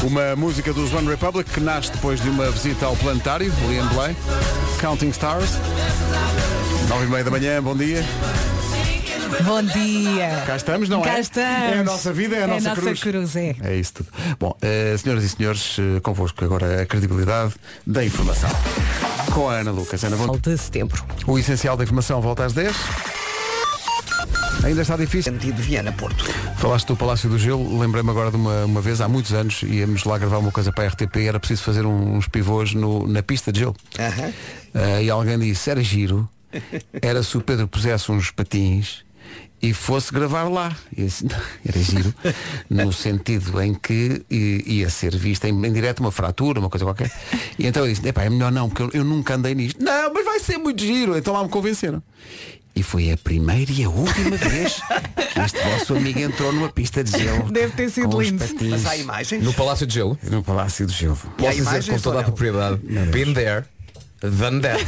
Uma música dos One Republic que nasce depois de uma visita ao planetário, Liam Blay, Counting Stars. 9 e meia da manhã, bom dia.
Bom dia.
Cá estamos, não é?
Cá estamos.
É a nossa vida, é a nossa cruz.
é.
É isso tudo. Bom, eh, senhoras e senhores, eh, convosco agora a credibilidade da informação. Com a Ana Lucas. Ana, bom...
de setembro.
O essencial da informação volta às 10. Ainda está difícil.
Sentido Viana Porto.
Falaste do Palácio do Gelo, lembrei-me agora de uma, uma vez, há muitos anos, íamos lá gravar uma coisa para a RTP e era preciso fazer um, uns pivôs no- na pista de gelo.
Aham.
Ah, e alguém disse, era giro, era se o Pedro pusesse uns patins e fosse gravar lá. E eu disse, "Não, era giro, no sentido em que i- ia ser vista em, em direto uma fratura, uma coisa qualquer. E então eu disse, "Epá, é melhor não, porque eu, eu nunca andei nisto. Não, mas vai ser muito giro. Então lá me convenceram. E foi a primeira e a última vez que este vosso amigo entrou numa pista de gelo.
Deve ter sido
com os
lindo.
patins.
Mas há imagens?
No Palácio de Gelo.
No Palácio do Gelo.
E há
Posso dizer com
imagens
toda
ou
a
não?
propriedade Been there, done that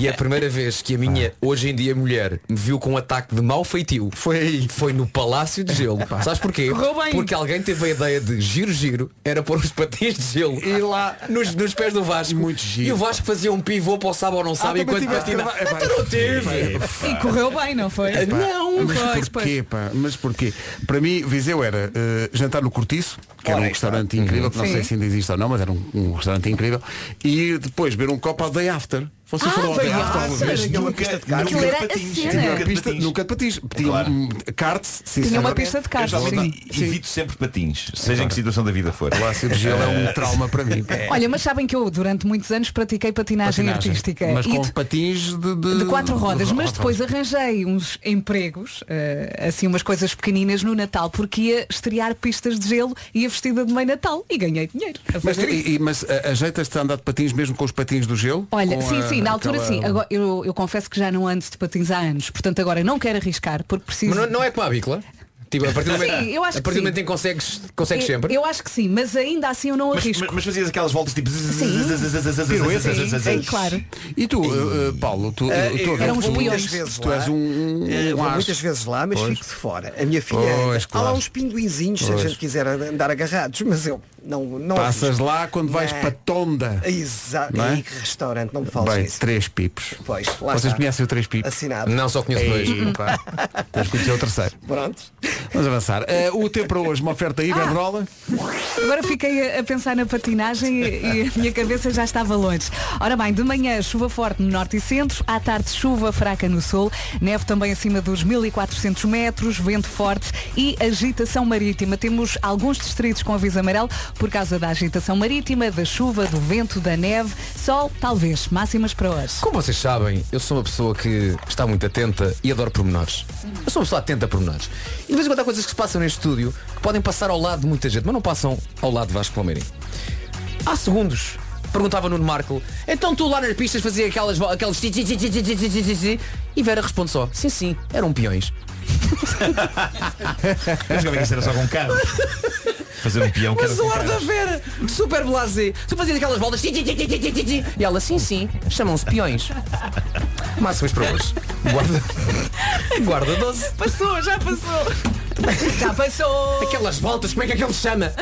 E a primeira vez que a minha, hoje em dia mulher Me viu com um ataque de mau feitio
Ah. Foi aí
Foi no Palácio de Gelo Sabes porquê?
Correu bem.
Porque alguém teve a ideia de giro-giro Era pôr os patins de gelo
E lá-
nos, nos pés do Vasco
Muito giro, Ah,
E o Vasco fazia um pivô para o sabe ou não sabe
também
Enquanto
tiveste
patina
que gravar-
Então não teve
E correu bem, não foi?
Epá, Não,
mas
pois,
porquê, pá? Mas porquê? Para mim, Viseu era eh, jantar no Cortiço, que era um restaurante incrível, que não
Sim.
sei se ainda existe ou não, mas era um, um restaurante incrível, e depois beber um copo ao day after. Vocês
Ah,
foram ao
day
day
after.
after alguma vez?
Aquela pista de carro.
Aquilo era a cena.
Tinha pista, nunca de patins. Tinha
Claro.
um, karts, sim,
Tinha
senhor.
uma pista de
Eu
carros.
geralmente
sim.
evito sempre patins, seja em que situação da vida for.
O ácido de gelo é um trauma para mim.
Olha, mas sabem que eu durante muitos anos pratiquei patinagem,
Patinagem.
artística.
Mas
E
com
de-
patins de, de-
de quatro rodas,
de-
mas depois arranjei uns empregos, eh, assim umas coisas pequeninas no Natal, porque ia estrear pistas de gelo e ia vestida de meio Natal e ganhei dinheiro. a
Mas,
fazer isso.
e, e- mas a- ajeitas-te a andar de patins mesmo com os patins do gelo?
Olha,
Com
sim,
a-
sim, na altura
aquela-
sim. Agora,
é
eu, eu confesso que já não ando de patins há anos, portanto agora não quero arriscar porque preciso.
Mas não, não é com a bicla Tipo, a partir do momento,
Sim, eu acho
a
que
partir do
sim.
momento em que consegues, consegues
eu,
sempre.
Eu acho que sim, mas ainda assim eu não
Mas,
arrisco.
mas- mas fazias aquelas voltas tipo.
Piruetas.
Sim,
é
sim, claro.
E tu, eh, eh, Paulo, tu,
Ah,
tu,
eu
tu-
vou
tu-
muitas vezes
tu
lá.
és um, um,
Eh, vou
um
muitas vezes lá, mas
Pois.
fico de fora. A minha filha,
Pois,
há lá
claro.
uns pinguinzinhos, se a
Pois.
gente quiser andar agarrados, mas eu não não
Passas
arrisco.
lá quando vais
Não.
para Tonda.
Exato.
Não é?
E que restaurante, não me fales
Bem,
nisso.
três pipos.
Pois, lá
Vocês
está. Assim,
conhecem o três pipos?
Assinado.
Não, só conheço
Ei,
dois.
pá. Tens que conhecer o terceiro.
Pronto.
Vamos avançar. Eh, o tempo para hoje, uma oferta Iberdrola.
Agora fiquei a, a pensar na patinagem e, e a minha cabeça já estava longe. Ora bem, de manhã chuva forte no norte e centro, à tarde chuva fraca no sul, neve também acima dos 1400 metros, vento forte e agitação marítima. Temos alguns distritos com aviso amarelo por causa da agitação marítima, da chuva, do vento, da neve, sol, talvez, máximas para hoje.
Como vocês sabem, eu sou uma pessoa que está muito atenta e adoro pormenores. Eu sou uma pessoa atenta a pormenores. E de vez em quando há coisas que se passam neste estúdio que podem passar ao lado de muita gente, mas não passam ao lado de Vasco Palmeirim. Há segundos, perguntava Nuno Marco, então tu lá nas pistas fazia aquelas, vo- aqueles... ti, ti, ti, ti, ti, ti, ti, ti, ti, ti?" E Vera responde só, sim, sim, eram peões.
Mas como é que isto era só com carros? Fazer um peão que era
Mas o
com
ar da
carros.
Vera, super blasé. Tu fazias aquelas voltas. ti, ti, ti, ti, ti, ti, ti, ti. E ela, sim, sim, chamam-se peões. Máximas para hoje. Guarda. Guarda 12.
Passou, já passou. Já passou.
Aquelas voltas, como é que aquele se chama?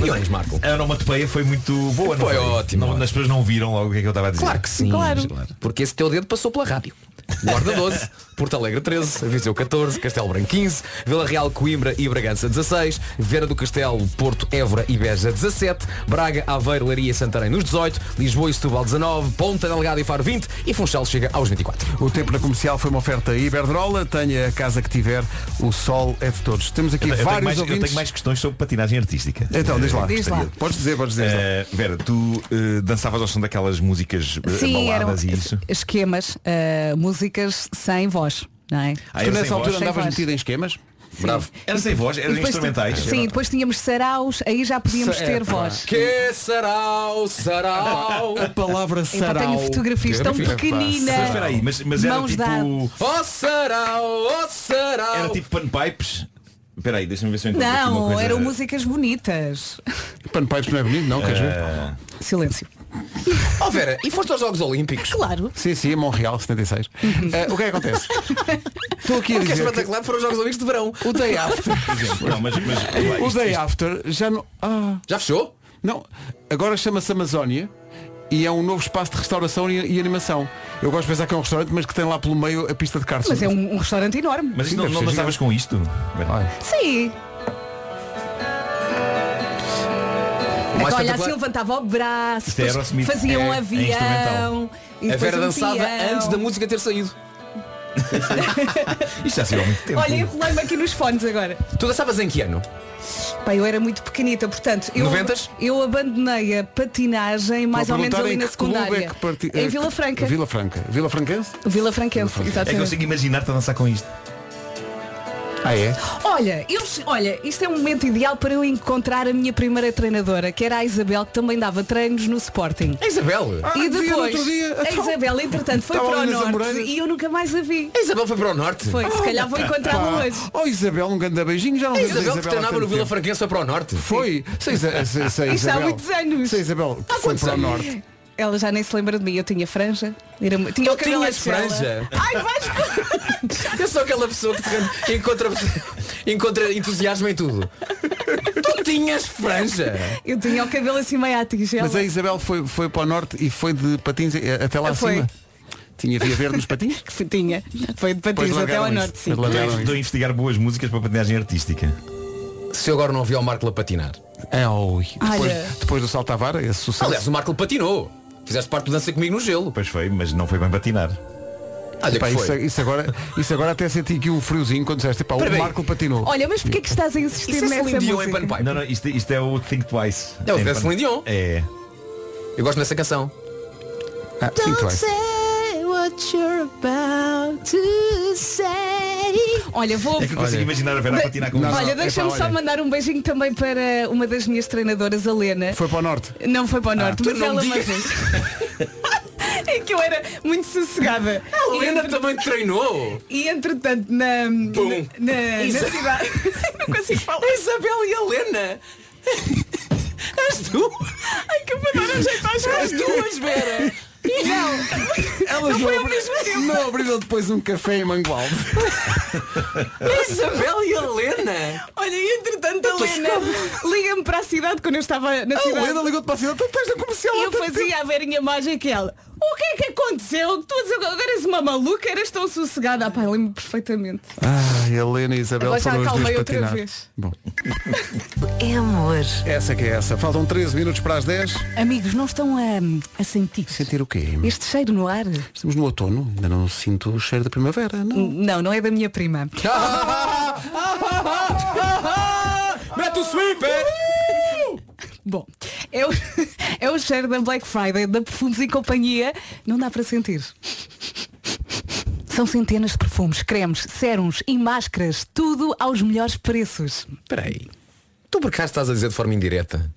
Peões, Marco.
A onomatopeia foi muito boa, não
Foi
foi?
ótimo,
Não, as pessoas não viram logo o que é que eu estava a dizer.
Claro que sim.
Claro.
Porque esse teu dedo passou pela rádio. Guarda 12, Porto Alegre 13, Viseu 14, Castelo Branco 15, Vila Real, Coimbra e Bragança 16, Vera do Castelo, Porto, Évora e Beja 17, Braga, Aveiro, Leiria e Santarém nos 18, Lisboa e Setúbal 19, Ponta Delgada e Faro 20 e Funchal chega aos 24.
O tempo na comercial foi uma oferta Iberdrola. Tenha a casa que tiver, o sol é de todos. Temos aqui
Eu tenho
vários
mais- eu
ouvintes.
tenho mais questões sobre patinagem artística.
Então, diz lá.
Eu
Diz lá.
gostaria de-
Podes dizer, podes dizer.
Eh, Vera, tu eh, dançavas ao som daquelas músicas eh,
Sim, eram
baladas e isso?
esquemas, ah, músicas sem voz, não é?
Ah,
tu
era sem
nessa altura
voz?
andavas
Sem voz.
metido em esquemas?
Bravo.
Era sem voz, eram
E depois-
instrumentais.
Sim, depois tínhamos saraus, aí já podíamos
Sa- é,
ter
pá.
voz.
Que sarau, sarau.
A palavra
Então
sarau.
tenho fotografias tão pequeninas.
Mas espera aí, mas, mas era
Mãos
tipo.
dadas.
Oh sarau, oh sarau.
Era tipo panpipes. Espera aí, deixa-me ver se eu encontro aqui uma
Não,
coisa.
eram músicas bonitas.
Panpipes não é bonito, não? Queres ver?
Ah,
Silêncio.
Oh Vera, e foste aos Jogos Olímpicos?
Claro.
Sim, sim, é Montreal, 76.
Uhum.
Eh, o que é que acontece? Estou aqui a
O que é
dizer que
espetacular foram os Jogos Olímpicos de Verão.
o day after,
por exemplo. Não, mas, mas lá,
o
isto-
day
isto-
after já não... Ah,
Já fechou?
não. Agora chama-se Amazónia e é um novo espaço de restauração e, e animação. Eu gosto de pensar que é um restaurante, mas que tem lá pelo meio a pista de kart.
Mas é um, um restaurante enorme.
Mas isto não,
Deve
não
ser
dançavas com isto? Vera?
Ai.
Sim.
mais
Olha,
espetacular-
assim levantava o braço,
Isto é Aerosmith,
fazia um
é- é
avião.
instrumental.
e
A Vera
depois um
dançava
peão.
antes da música ter saído.
Isto já saiu há muito tempo.
Olha, enrolei-me aqui nos fones agora.
Tu dançavas em que ano?
Pá, eu era muito pequenita, portanto, eu,
90s?
eu abandonei a patinagem mais
Estão
ou
a
menos
perguntar
ali
em
na
que clube
secundária.
É que parti-
Em
eh,
Vila Franca. Vila,
Vila Franca. Vila Franquense?
Franquense,
É que eu
exatamente.
consigo imaginar-te a dançar com isto.
Ah, é?
Olha, eu, che- olha, isto é um momento ideal para eu encontrar a minha primeira treinadora, que era a Isabel, que também dava treinos no Sporting.
A Isabel.
Ah,
É e
vi no
depois,
outro dia.
a
Então, É
Isabel, entretanto, foi
estava
para o
ali nas
norte
Amoreiras.
e eu nunca mais a vi.
A Isabel foi para o norte.
Foi, É se calhar vou encontrá-la hoje.
Oh Isabel, um grande beijinho, já não
A
vemos
Isabel que
há
treinava
tanto
no Vila
tempo.
Franquense foi para o norte.
Foi. Se, Isa- se, se,
Isto há
Isabel,
muitos anos.
Se Isabel que foi
quantos
para o
anos?
norte.
Ela já nem se lembra de mim, eu tinha franja. Era, mu- tinha
Tu
o cabelo à
tinhas
tigela.
franja?
Ai, vais
Eu sou aquela pessoa que te- encontra, encontra entusiasmo em tudo. Tu tinhas franja.
Eu tinha o cabelo assim meio à tigela.
Mas é a Isabel foi, foi para o norte e foi de patins eh, até lá
Foi.
acima. Tinha via verde nos patins?
que tinha. Foi de
Pois
patins até
largaram
ao
isso.
norte, sim.
Mas largaram
Estou a investigar boas músicas para patinagem artística.
Se eu agora não ouvi ao Marco a patinar.
É, ui.
Olha.
depois, depois do salto à vara, esse sucesso.
Aliás, o Marco patinou. Fizeste parte do Dança Comigo no Gelo.
Pois foi, mas não foi bem patinar.
Olha
Pá,
que
isso,
foi.
isso agora, isso agora até senti aqui um friozinho quando disseste, pá,
Espera
o
aí.
Marco patinou.
Olha, mas porquê que estás a insistir
Isso é
nessa
Celine Dion em
música?
panpipe.
Não, não, isto, isto é o Think Twice.
É o
Tem
da
pan-
Celine Dion.
É.
Eu gosto dessa canção.
Ah, sim,
então
tu és.
say what you're about to say.
Olha, vou.
É que eu consigo
Olha.
imaginar a Vera a patinar com
Não,
isto.
Olha,
é pá,
deixa-me só
olha.
mandar um beijinho também para uma das minhas treinadoras, a Lena.
Foi para o norte.
Não foi para o norte,
tu
mas
não
ela
me
uma
digas.
vez.
É que eu era muito sossegada.
A Helena
entre-
também treinou.
E entretanto, na,
Pum.
na, na
Isa-
cidade. Não consigo falar.
Isabel e Helena. És tu?
Ai, que para dar um jeito às
As duas, Vera.
Não.
Elas
não foi
não,
ao mesmo tempo.
não abriram depois um café em Mangualde.
Isabel e Helena.
Olha, e entretanto
Eu
a
tô
Helena liga-me para a cidade quando eu estava na
A
cidade.
Helena
ligou-te para a cidade, "Então tu estás na comercial.
E eu fazia a verinha mágica e ela. O que é que aconteceu? Tu agora eras uma maluca, eras tão sossegada. Ah, pá, eu lembro perfeitamente.
Ai, Ah, Helena e Isabel
Agora já
foram as duas
acalmei outra
patinar.
vez.
Bom,
É amor.
essa que é essa. Faltam 13 minutos para as 10.
Amigos, não estão a, a sentir
Sentir o quê?
este cheiro no ar?
Estamos no outono, ainda não sinto o cheiro da primavera, não?
Não, não é da minha prima.
Mete o
é?
sweeper!
Bom, é o, é o cheiro da Black Friday, da Perfumes e Companhia. Não dá para sentir. São centenas de perfumes, cremes, sérums e máscaras. Tudo aos melhores preços.
Espera aí. Tu por acaso estás a dizer de forma indireta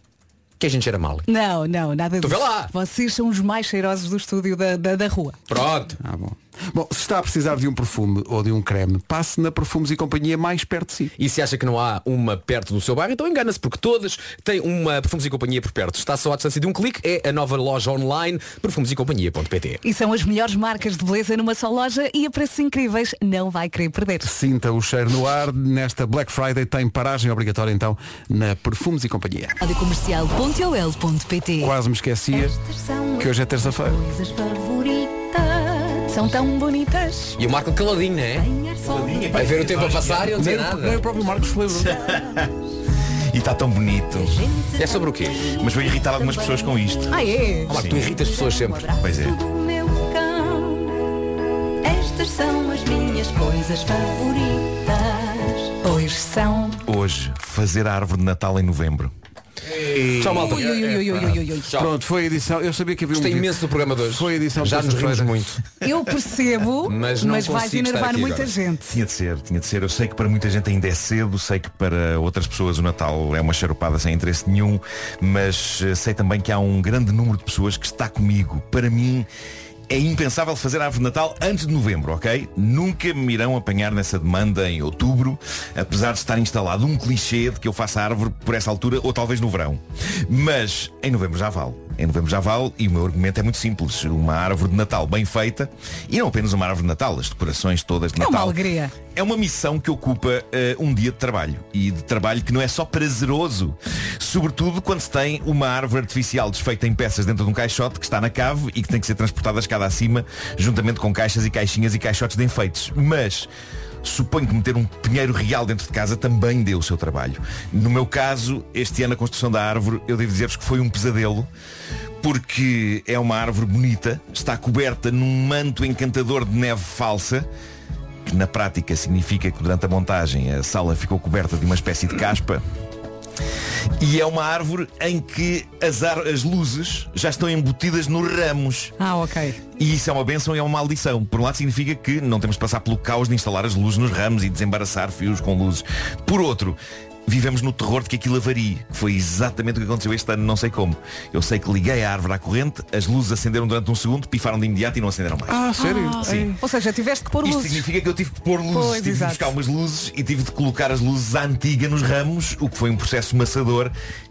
que a gente era mal?
Não, não, nada
Tu
Então
disso.
vê lá.
Vocês são os mais cheirosos do estúdio da, da, da rua.
Pronto.
Ah, bom. Bom, se está a precisar de um perfume ou de um creme, passe na Perfumes e Companhia mais perto de si.
E se acha que não há uma perto do seu bairro, então engana-se, porque todas têm uma Perfumes e Companhia por perto. Está só à distância de um clique, é a nova loja online, perfumesecompanhia.pt.
E são as melhores marcas de beleza numa só loja e a preços incríveis. Não vai querer perder.
Sinta o cheiro no ar. Nesta Black Friday tem paragem obrigatória, então, na Perfumes e Companhia.
Radiocomercial.ol.pt
Quase me esquecia que hoje é terça-feira.
Coisas favoritas.
São tão bonitas.
E o Marco caladinho, não é? Vai ver o tempo a passar e não dizer
Nem o-
nada.
nem
o próprio Marcos se
E está tão bonito.
É sobre o quê?
Mas vou irritar algumas pessoas com isto.
Ah, é?
Marco, tu irritas pessoas sempre.
Pois é.
do meu cão. Estas são as minhas coisas favoritas.
Pois são.
Hoje, fazer a árvore de Natal em novembro.
Tchau, malta.
Ui, ui, ui, ui, ui, ui, ui.
Pronto, foi a edição. Eu sabia que havia
Gostei
um
imenso do programa de hoje.
Foi a edição
Já
de
nos rimos
terça-feira.
muito.
Eu percebo, mas,
Mas não
vais
consigo estar
enervar
aqui
muita
agora.
gente.
Tinha de ser, tinha de ser. Eu sei que para muita gente ainda é cedo, sei que para outras pessoas o Natal é uma charupada sem interesse nenhum, mas eh, sei também que há um grande número de pessoas que está comigo. Para mim é impensável fazer a árvore de Natal antes de novembro, ok? Nunca me irão apanhar nessa demanda em outubro, apesar de estar instalado um clichê de que eu faça a árvore por essa altura ou talvez no verão. Mas em novembro já vale. Em novembro já vale e o meu argumento é muito simples. Uma árvore de Natal bem feita e não apenas uma árvore de Natal, as decorações todas de
É uma
Natal.
alegria.
É uma missão que ocupa eh, um dia de trabalho e de trabalho que não é só prazeroso, sobretudo quando se tem uma árvore artificial desfeita em peças dentro de um caixote que está na cave e que tem que ser transportada escada acima, juntamente com caixas e caixinhas e caixotes de enfeites. Mas suponho que meter um pinheiro real dentro de casa também deu o seu trabalho. No meu caso, este ano a construção da árvore, eu devo dizer-vos que foi um pesadelo, porque é uma árvore bonita, está coberta num manto encantador de neve falsa que na prática significa que durante a montagem a sala ficou coberta de uma espécie de caspa. E é uma árvore em que as, ar- as luzes já estão embutidas nos ramos.
Ah, ok.
E isso é uma benção e é uma maldição. Por um lado significa que não temos de passar pelo caos de instalar as luzes nos ramos e desembaraçar fios com luzes. Por outro, vivemos no terror de que aquilo avarie. que Foi exatamente o que aconteceu este ano, não sei como. Eu sei que liguei a árvore à corrente, as luzes acenderam durante um segundo, pifaram de imediato e não acenderam mais.
Ah, sério?
Sim.
Ou seja, tiveste que pôr
Isto
luzes.
significa que eu tive que pôr luzes,
Pois,
tive
exato.
de buscar umas luzes e tive de colocar as luzes à antiga nos ramos, o que foi um processo maçador,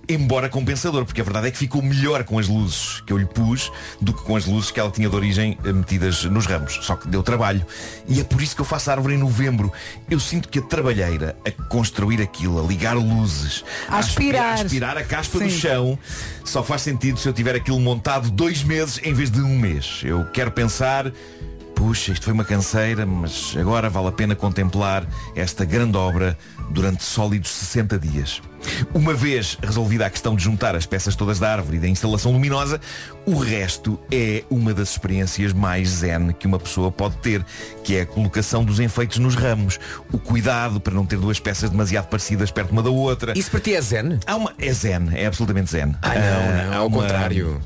embora compensador, porque a verdade é que ficou melhor com as luzes que eu lhe pus do que com as luzes que ela tinha de origem eh, metidas nos ramos. Só que deu trabalho. E é por isso que eu faço a árvore em novembro. Eu sinto que a trabalheira a construir aquilo, a ligar luzes,
A aspirar.
a aspirar a caspa do
Sim.
chão, é um. só faz sentido se eu tiver aquilo montado dois meses em vez de um mês. Eu quero pensar, puxa, isto foi uma canseira, mas agora vale a pena contemplar esta grande obra durante sólidos 60 dias. Uma vez resolvida a questão de juntar as peças todas da árvore e da instalação luminosa, o resto é uma das experiências mais zen que uma pessoa pode ter, que é a colocação dos enfeites nos ramos, o cuidado para não ter duas peças demasiado parecidas perto uma da outra.
Isso para ti é zen?
Há uma... É zen, é absolutamente zen.
Ah, não,
Ah,
não,
há
ao
uma-
contrário.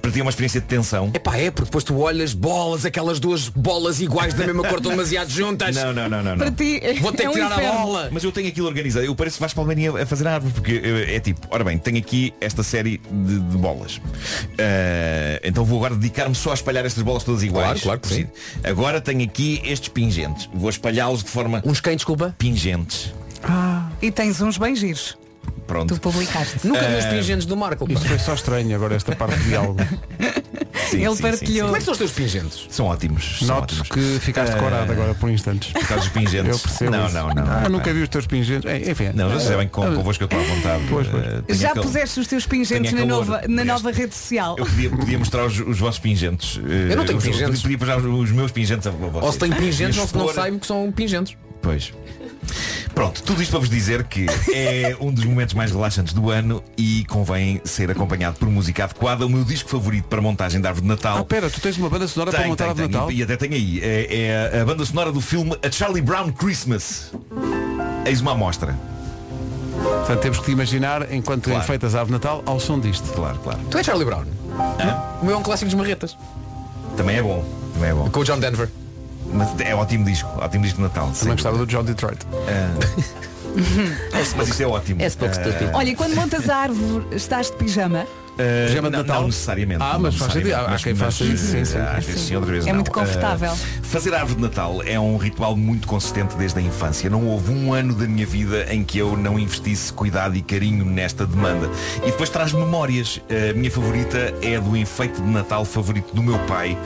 para ti é uma experiência de tensão.
Epá, é, porque depois tu olhas bolas, aquelas duas bolas iguais da mesma cor, estão demasiado juntas.
Não, não, não, não. não.
Vou
É um
ter que tirar a bola.
Mas eu tenho aquilo organizado. Eu pareço Vasco Palmeirinha a fazer a árvore, porque eh, é tipo, ora bem, tenho aqui esta série de, de bolas. Ah, então vou agora dedicar-me só a espalhar estas bolas todas iguais.
Claro, claro que
Sim. Agora tenho aqui estes pingentes. Vou espalhá-los de forma. Uns
quem, desculpa?
Pingentes.
E tens uns bem giros.
Pronto.
Tu publicaste.
Nunca vi os Ah, pingentes
do Marco.
Isto foi só estranho agora esta parte de algo.
Sim,
Ele
sim,
partilhou.
sim, sim.
Como é que são os teus pingentes?
São ótimos. São
Noto
ótimos.
que ficaste
Ah,
É.
corado agora por instantes.
Por causa dos pingentes.
Eu percebo.
Não,
isso.
não, não.
Ah,
Epá.
nunca vi os teus pingentes. Eh, Enfim.
Não, vocês
eh,
sabem que com, convosco eu estou à vontade. Eh, tenho
Já
aquele-
puseste os teus pingentes
Tenho
na
calor.
nova, na nova rede social.
Eu podia, podia mostrar os, os vossos pingentes. Eh,
Eu não tenho
os-
pingentes.
Podia mostrar os, os meus pingentes a vocês.
Ou se tem pingentes,
E
ou se não
expor-
saibam que são pingentes.
Pois. Pronto, tudo isto para vos dizer que é um dos momentos mais relaxantes do ano e convém ser acompanhado por música adequada. O meu disco favorito para montagem da árvore de Natal.
Ah, pera, tu tens uma banda sonora para
Tem,
montar a
tem,
árvore de
tem.
Natal?
E, e até tem aí. É, é a banda sonora do filme A Charlie Brown Christmas. Eis uma amostra.
Portanto, temos que te imaginar enquanto
Claro.
enfeitas a árvore de Natal ao som disto.
Claro, claro.
Tu és Charlie Brown.
Ah.
O meu é um clássico de marretas.
Também é bom. Também é bom.
Com o John Denver.
Mas é ótimo disco. Ótimo disco de Natal.
Também gostava do John Detroit.
Mas isto é ótimo.
É-se pouco
Ah,
estúpido.
Olha, e quando montas a árvore, estás de pijama?
Uh,
Pijama de
não,
Natal?
Não necessariamente.
Ah,
não
mas faz
necessariamente,
sentido. Há quem faça
mas,
isso, sim,
eh,
sim.
Às vezes sim, outras vezes
É
não.
muito confortável.
Eh, fazer a árvore de Natal é um ritual muito consistente desde a infância. Não houve um ano da minha vida em que eu não investisse cuidado e carinho nesta demanda. E depois traz memórias. Ah, A minha favorita é a do enfeite de Natal favorito do meu pai,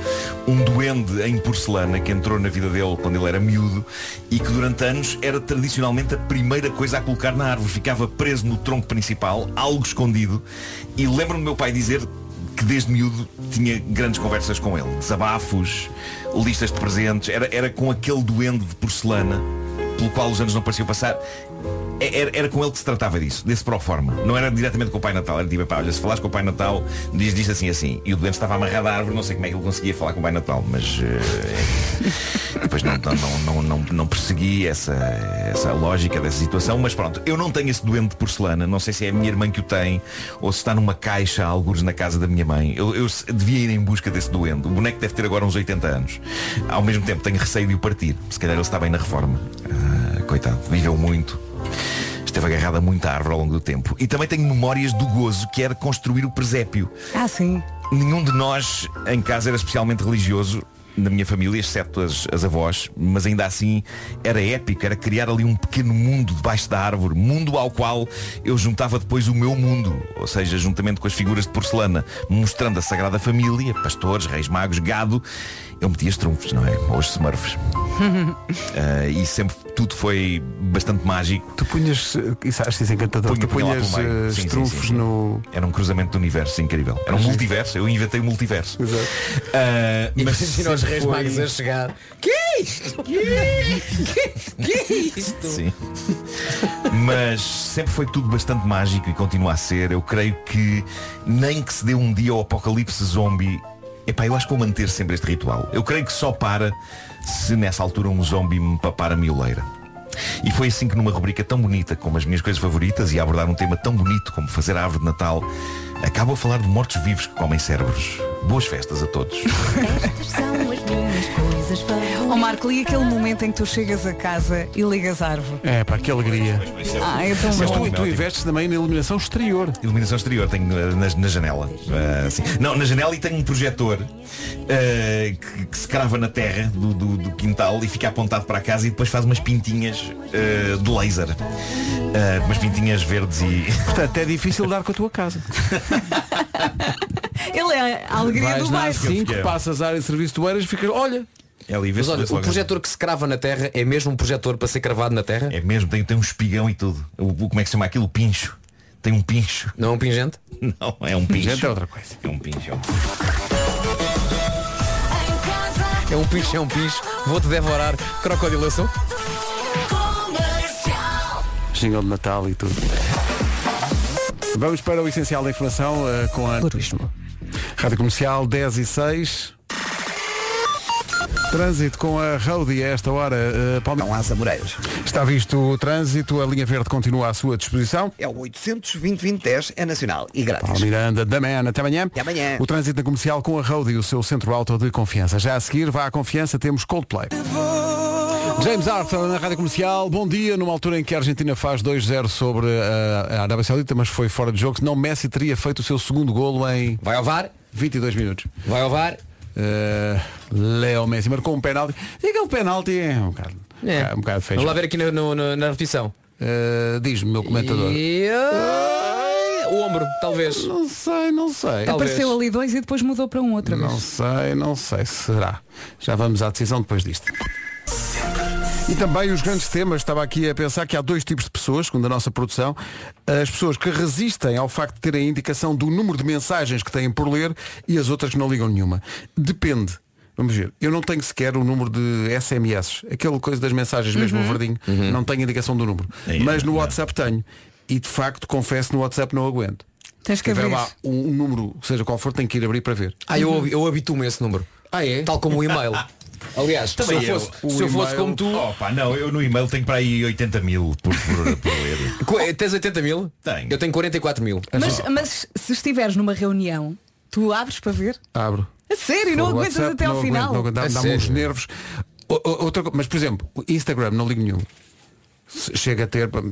um duende em porcelana que entrou na vida dele quando ele era miúdo e que durante anos era tradicionalmente a primeira coisa a colocar na árvore. Ficava preso no tronco principal, algo escondido, e lembro-me do meu pai dizer que desde miúdo tinha grandes conversas com ele. Desabafos, listas de presentes, era, era com aquele duende de porcelana pelo qual os anos não pareciam passar. É- Era, era com ele que se tratava disso, desse proforma. Não era diretamente com o Pai Natal, era tipo, pá, olha, se falares com o Pai Natal, diz disto assim assim. E o doente estava amarrado à árvore, não sei como é que ele conseguia falar com o Pai Natal, mas eh, depois não, não, não, não, não, não persegui essa, essa lógica dessa situação. Mas pronto, eu não tenho esse doente de porcelana, não sei se é a minha irmã que o tem, ou se está numa caixa, alguns na casa da minha mãe. Eu, eu se- devia ir em busca desse doente. O boneco deve ter agora uns 80 anos. Ao mesmo tempo tenho receio de o partir. Se calhar ele está bem na reforma. Ah, coitado, viveu muito. Esteve agarrada a muita árvore ao longo do tempo. E também tenho memórias do gozo que era construir o presépio.
Ah, sim.
Nenhum de nós em casa era especialmente religioso, na minha família, exceto as, as avós, mas ainda assim era épico, era criar ali um pequeno mundo debaixo da árvore, mundo ao qual eu juntava depois o meu mundo, ou seja, juntamente com as figuras de porcelana, mostrando a Sagrada Família, pastores, reis magos, gado, eu metia os trunfos, não é? Ou os smurfs. Ah, e sempre tudo foi bastante mágico.
Tu punhas, eh, isso acho isso encantador,
Punha-
tu
punha lá
punhas
pelo meio.
eh,
Sim, sim,
estrufos
sim.
no.
Era um cruzamento de universos incrível. Era um multiverso, eu inventei o multiverso.
Exato.
Ah, mas
Imagina os
sempre
reis
foi-
magos a chegar. Que é isto? Que é isto?
Sim. Mas sempre foi tudo bastante mágico e continua a ser. Eu creio que nem que se dê um dia ao apocalipse zombie. Epá, eu acho que vou manter sempre este ritual. Eu creio que só para se nessa altura um zombie me papar a mioleira. E foi assim que numa rubrica tão bonita como as minhas coisas favoritas e a abordar um tema tão bonito como fazer a árvore de Natal, acabo a falar de mortos-vivos que comem cérebros. Boas festas a todos.
Estas são as minhas coisas favoritas.
Ó Oh, Marco, e aquele momento em que tu chegas a casa e ligas a árvore?
É, pá, que alegria.
Ah, é tão
Mas
bom.
tu, tu investes também na iluminação exterior.
Iluminação exterior, tenho eh, na, na janela. Ah, sim. Não, na janela e tenho um projetor eh, que, que se crava na terra do, do- do quintal e fica apontado para a casa e depois faz umas pintinhas eh, de laser. Ah, umas pintinhas verdes e.
Portanto, é difícil dar com a tua casa.
Ele é a alegria
Vais
do
na
bairro.
A5, passas a área de serviço do Eiras e ficas, olha,
É ali, vê
Mas olha,
vê
o
logo.
projetor que se crava na terra é mesmo um projetor para ser cravado na terra?
É mesmo, tem, tem um espigão e tudo. O, o- como é que se chama aquilo? O pincho. Tem um pincho.
Não é um pingente?
Não, é um pincho.
gente é outra coisa.
É um pincho. é um-
É um pincho, é um pincho. Vou-te devorar. Crocodilação?
Jingle de Natal e tudo. Vamos para o essencial da informação eh, com a Turismo. Rádio Comercial 10 e 6. Trânsito com a Roadie a esta hora. eh, Palme... Não
há saboreios.
Está visto o trânsito, a linha verde continua à sua disposição.
É o 820-2010, é nacional e grátis.
Paulo Miranda, da Man, até amanhã.
Até amanhã.
O trânsito na comercial com a Roadie, o seu centro auto de confiança. Já a seguir, vá à confiança, temos Coldplay. James Arthur na Rádio Comercial, bom dia, numa altura em que a Argentina faz 2-0 sobre eh, a Arábia Saudita, mas foi fora de jogo, senão Messi teria feito o seu segundo golo em...
Vai ao VAR?
22 minutos.
Vai ao VAR?
Eh, Leo Messi marcou um penalti. E aquele penalti é um bocado,
É.
um bocado feio.
Vamos lá ver aqui no- no- no- na repetição.
Eh, Diz-me, meu comentador.
E... ai, O ombro, talvez.
Não sei, não sei.
Apareceu ali dois e depois mudou para um outra
Não
vez.
sei, não sei, será. Já vamos à decisão depois disto. E também os grandes temas, estava aqui a pensar que há dois tipos de pessoas, segundo a nossa produção, as pessoas que resistem ao facto de terem a indicação do número de mensagens que têm por ler e as outras que não ligam nenhuma. Depende. Vamos ver, eu não tenho sequer o número de SMS, aquela coisa das mensagens mesmo, o verdinho, não tenho indicação do número. Mas no WhatsApp tenho. E de facto, confesso, no WhatsApp não aguento.
Tens
Se
que
tiver
abrir.
lá um, um número, seja qual for, tenho que ir abrir para ver.
Ah, eu, eu habituo-me a esse número.
Ah, é?
Tal como o e-mail. Aliás,
Também
se eu fosse,
eu. Oh.
se eu fosse como tu.
Opa, não, eu no e-mail tenho para aí 80 mil por, por, por ler.
Co- eh, Tens 80 mil? Tenho. Eu tenho 44 mil.
Mas, mas se estiveres numa reunião, tu abres para ver?
Abro.
A sério, não
Por
aguentas
WhatsApp,
até
não
ao
aguento,
final?
não aguento, dá-
A
Dá-me uns
sério?
nervos. O- o- outra co- mas, por exemplo, o Instagram, não ligo nenhum. Se- Chega a ter pá,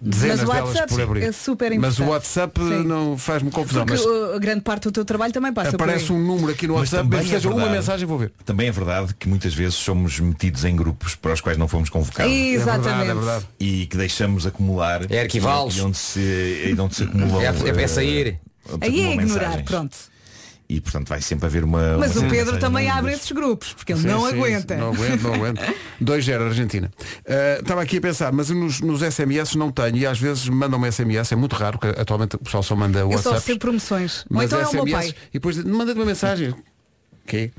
dezenas
Mas o
delas
WhatsApp
por abrir.
é super
mas o
importante.
WhatsApp
Sim.
não faz-me confusão.
Porque é
mas
uh, grande parte do teu trabalho também passa
aparece
por aí.
um número aqui no
Mas
WhatsApp,
também
mas
é
seja uma
verdade.
mensagem vou ver.
Também é verdade que muitas vezes somos metidos em grupos para os quais não fomos convocados.
Exatamente. É verdade, é verdade.
E que deixamos acumular.
É arquivá-los.
E onde se, e onde se acumulam.
É, é para
eh,
sair.
onde se
Aí é
acumulam
ignorar,
mensagens.
pronto.
E portanto vai sempre haver uma. um
Mas
uma
o Pedro
mensagem
também
longa.
abre esses grupos, porque ele
Sim,
não
sim,
aguenta.
sim, Não aguento, não aguento. 2-0 Argentina. Ah, Estava aqui a pensar, mas nos, nos SMS não tenho e às vezes mandam-me SMS, é muito raro, porque atualmente o pessoal só manda
Eu só
WhatsApp.
recebo promoções. Ou
Mas
então é o meu
SMS,
pai.
E depois manda-te uma mensagem. Quê?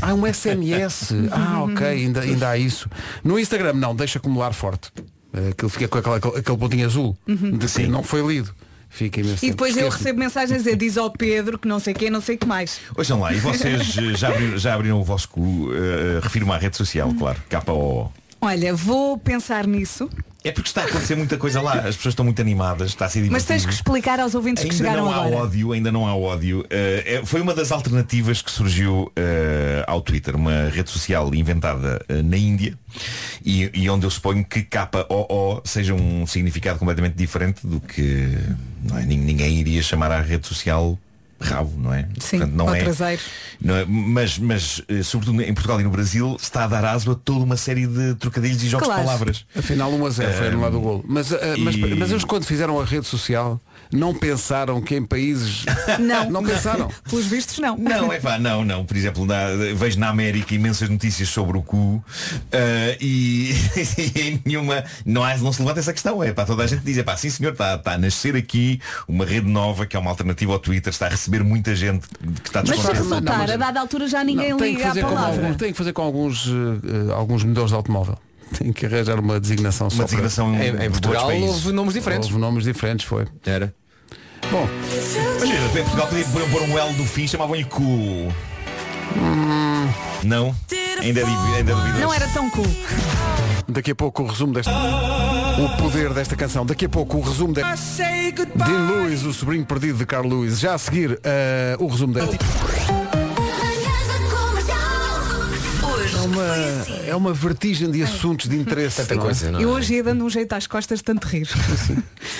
Ah, um SMS. Ah, ok, ainda, ainda há isso. No Instagram não, deixa acumular forte. Eh, Aquilo fica com aquela- aquele, pontinho azul. De que não foi lido. Fica imenso
Uhum. E
tempo.
depois eu
Esquece-me.
recebo mensagens a dizer, diz ao Pedro que não sei quem, não sei o que mais.
Hoje lá, e vocês eh, já abriram, já abriram o vosso cu, eh, refiro-me à rede social, claro, KO.
Olha, vou pensar nisso,
É porque está a acontecer muita coisa lá, as pessoas estão muito animadas, está a ser divertido.
mas tens que explicar aos ouvintes que
Ainda
chegaram
não há
agora.
ódio, ainda não há ódio. Eh, é- foi uma das alternativas que surgiu eh, ao Twitter, uma rede social inventada eh, na Índia e, e onde eu suponho que KOO seja um significado completamente diferente do que não é? Nin- ninguém iria chamar à rede social rabo, não é?
Sim,
não
ao
é,
traseiro.
não é- Mas, mas eh, sobretudo em Portugal e no Brasil está a dar aso a toda uma série de trocadilhos e jogos
Claro.
de palavras.
Afinal 1 a 0 foi
Eh,
no lado do golo. Mas, eh, mas,
e-
mas eles quando fizeram a rede social não pensaram que em países.
Não.
Não pensaram.
Pelos vistos, não.
Não, é pá, não, não. Por exemplo, na- vejo na América imensas notícias sobre o cu ah, e, e em nenhuma. Não, há, não se levanta essa questão. É pá, toda a gente diz, é pá, sim senhor, está está a nascer aqui uma rede nova que é uma alternativa ao Twitter, está a receber muita gente que está
Mas se
descontente.
resultar, a dada altura já ninguém
Não, tem, que
liga à
fazer com
palavra.
alguns, tem que fazer com alguns, eh, eh, alguns modelos de automóvel. Tem que arranjar uma designação só
Uma
para-
designação
Em- em
de dois
Portugal
Hum, países.
houve nomes diferentes.
Houve nomes diferentes, foi.
Era.
Bom,
Mas de repente Portugal podia pôr- pôr um L do fim, chamavam-lhe cu. Não? Ainda, é divi- ainda é duvidoso.
Não era tão cool.
daqui a pouco o resumo desta. O poder desta canção. Daqui a pouco o resumo desta. Dean Lewis, o sobrinho perdido de Carl Lewis. Já a seguir, eh, o resumo desta.
Manhãs da comercial.
É uma, é uma vertigem de assuntos de interesse.
Tanta
não é?
coisa, não é?
Eu hoje ia dando um jeito às costas de tanto rir.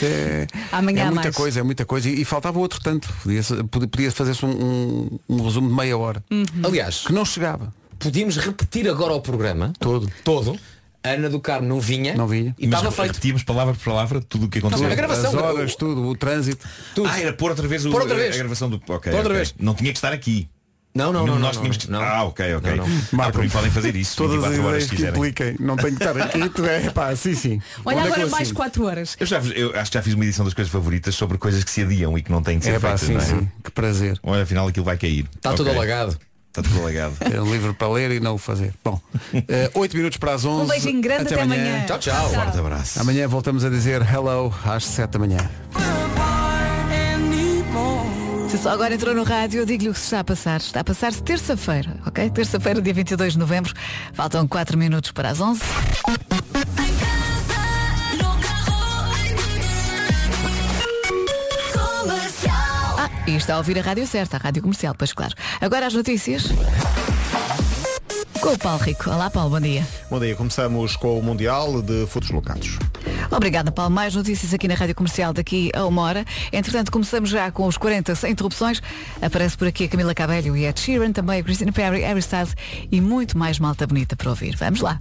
É,
Amanhã
é
há
muita
mais.
coisa, é muita coisa. E, e faltava outro tanto. Podia-se podia fazer-se um, um- um resumo de meia hora.
Hum.
Aliás,
Que não chegava.
podíamos repetir agora o programa.
Todo.
Todo. A Ana do Carmo não vinha.
Não vinha.
E
Mas
estava feito.
repetíamos palavra por palavra tudo o que aconteceu.
a gravação,
As horas, tudo, o trânsito.
Tudo.
Ah, era pôr outra vez, o,
Pôr outra vez.
a gravação do. Ok.
Pôr outra
ok.
vez.
Não tinha que estar aqui.
Não, não, não.
Nós
não,
tínhamos que.
não, não.
Ah, ok, ok.
Não,
Ah, por mim podem fazer isso.
Todas as
24 horas
ideias
se
que
quiserem.
impliquem. Não tenho que estar aqui. Tu é pá, sim, sim.
Olha,
Onde é que
agora
eu
mais
assino?
4 horas.
Eu, já, eu acho que já fiz uma edição das coisas favoritas sobre coisas que se adiam e que não têm que ser
É pá,
feitas.
sim,
não é?
sim. Que prazer.
Olha, afinal aquilo vai cair.
Está Tá tudo alagado.
Está tudo alagado.
Ter um livro para ler e não o fazer. Bom, 8 minutos para as 11.
Um beijinho grande até, amanhã.
Tchau, tchau.
Um forte abraço.
Amanhã voltamos a dizer hello às 7 da manhã.
Se só agora entrou no rádio, eu digo-lhe o que se está a passar. Está a passar-se terça-feira, ok? Terça-feira, dia 22 de novembro. Faltam 4 minutos para as 11. Ah, e está a ouvir a rádio certa, a rádio comercial, pois claro. Agora as notícias. Com o Paulo Rico. Olá, Paulo, bom dia.
Bom dia, começamos com o Mundial de Futos Locados.
Obrigada, Paulo. Mais notícias aqui na Rádio Comercial daqui a uma hora. Entretanto, começamos já com os 40 sem interrupções. Aparece por aqui a Camila Cabello e a Sheeran, também a Christina Perry, Harry Styles e muito mais malta bonita para ouvir. Vamos lá.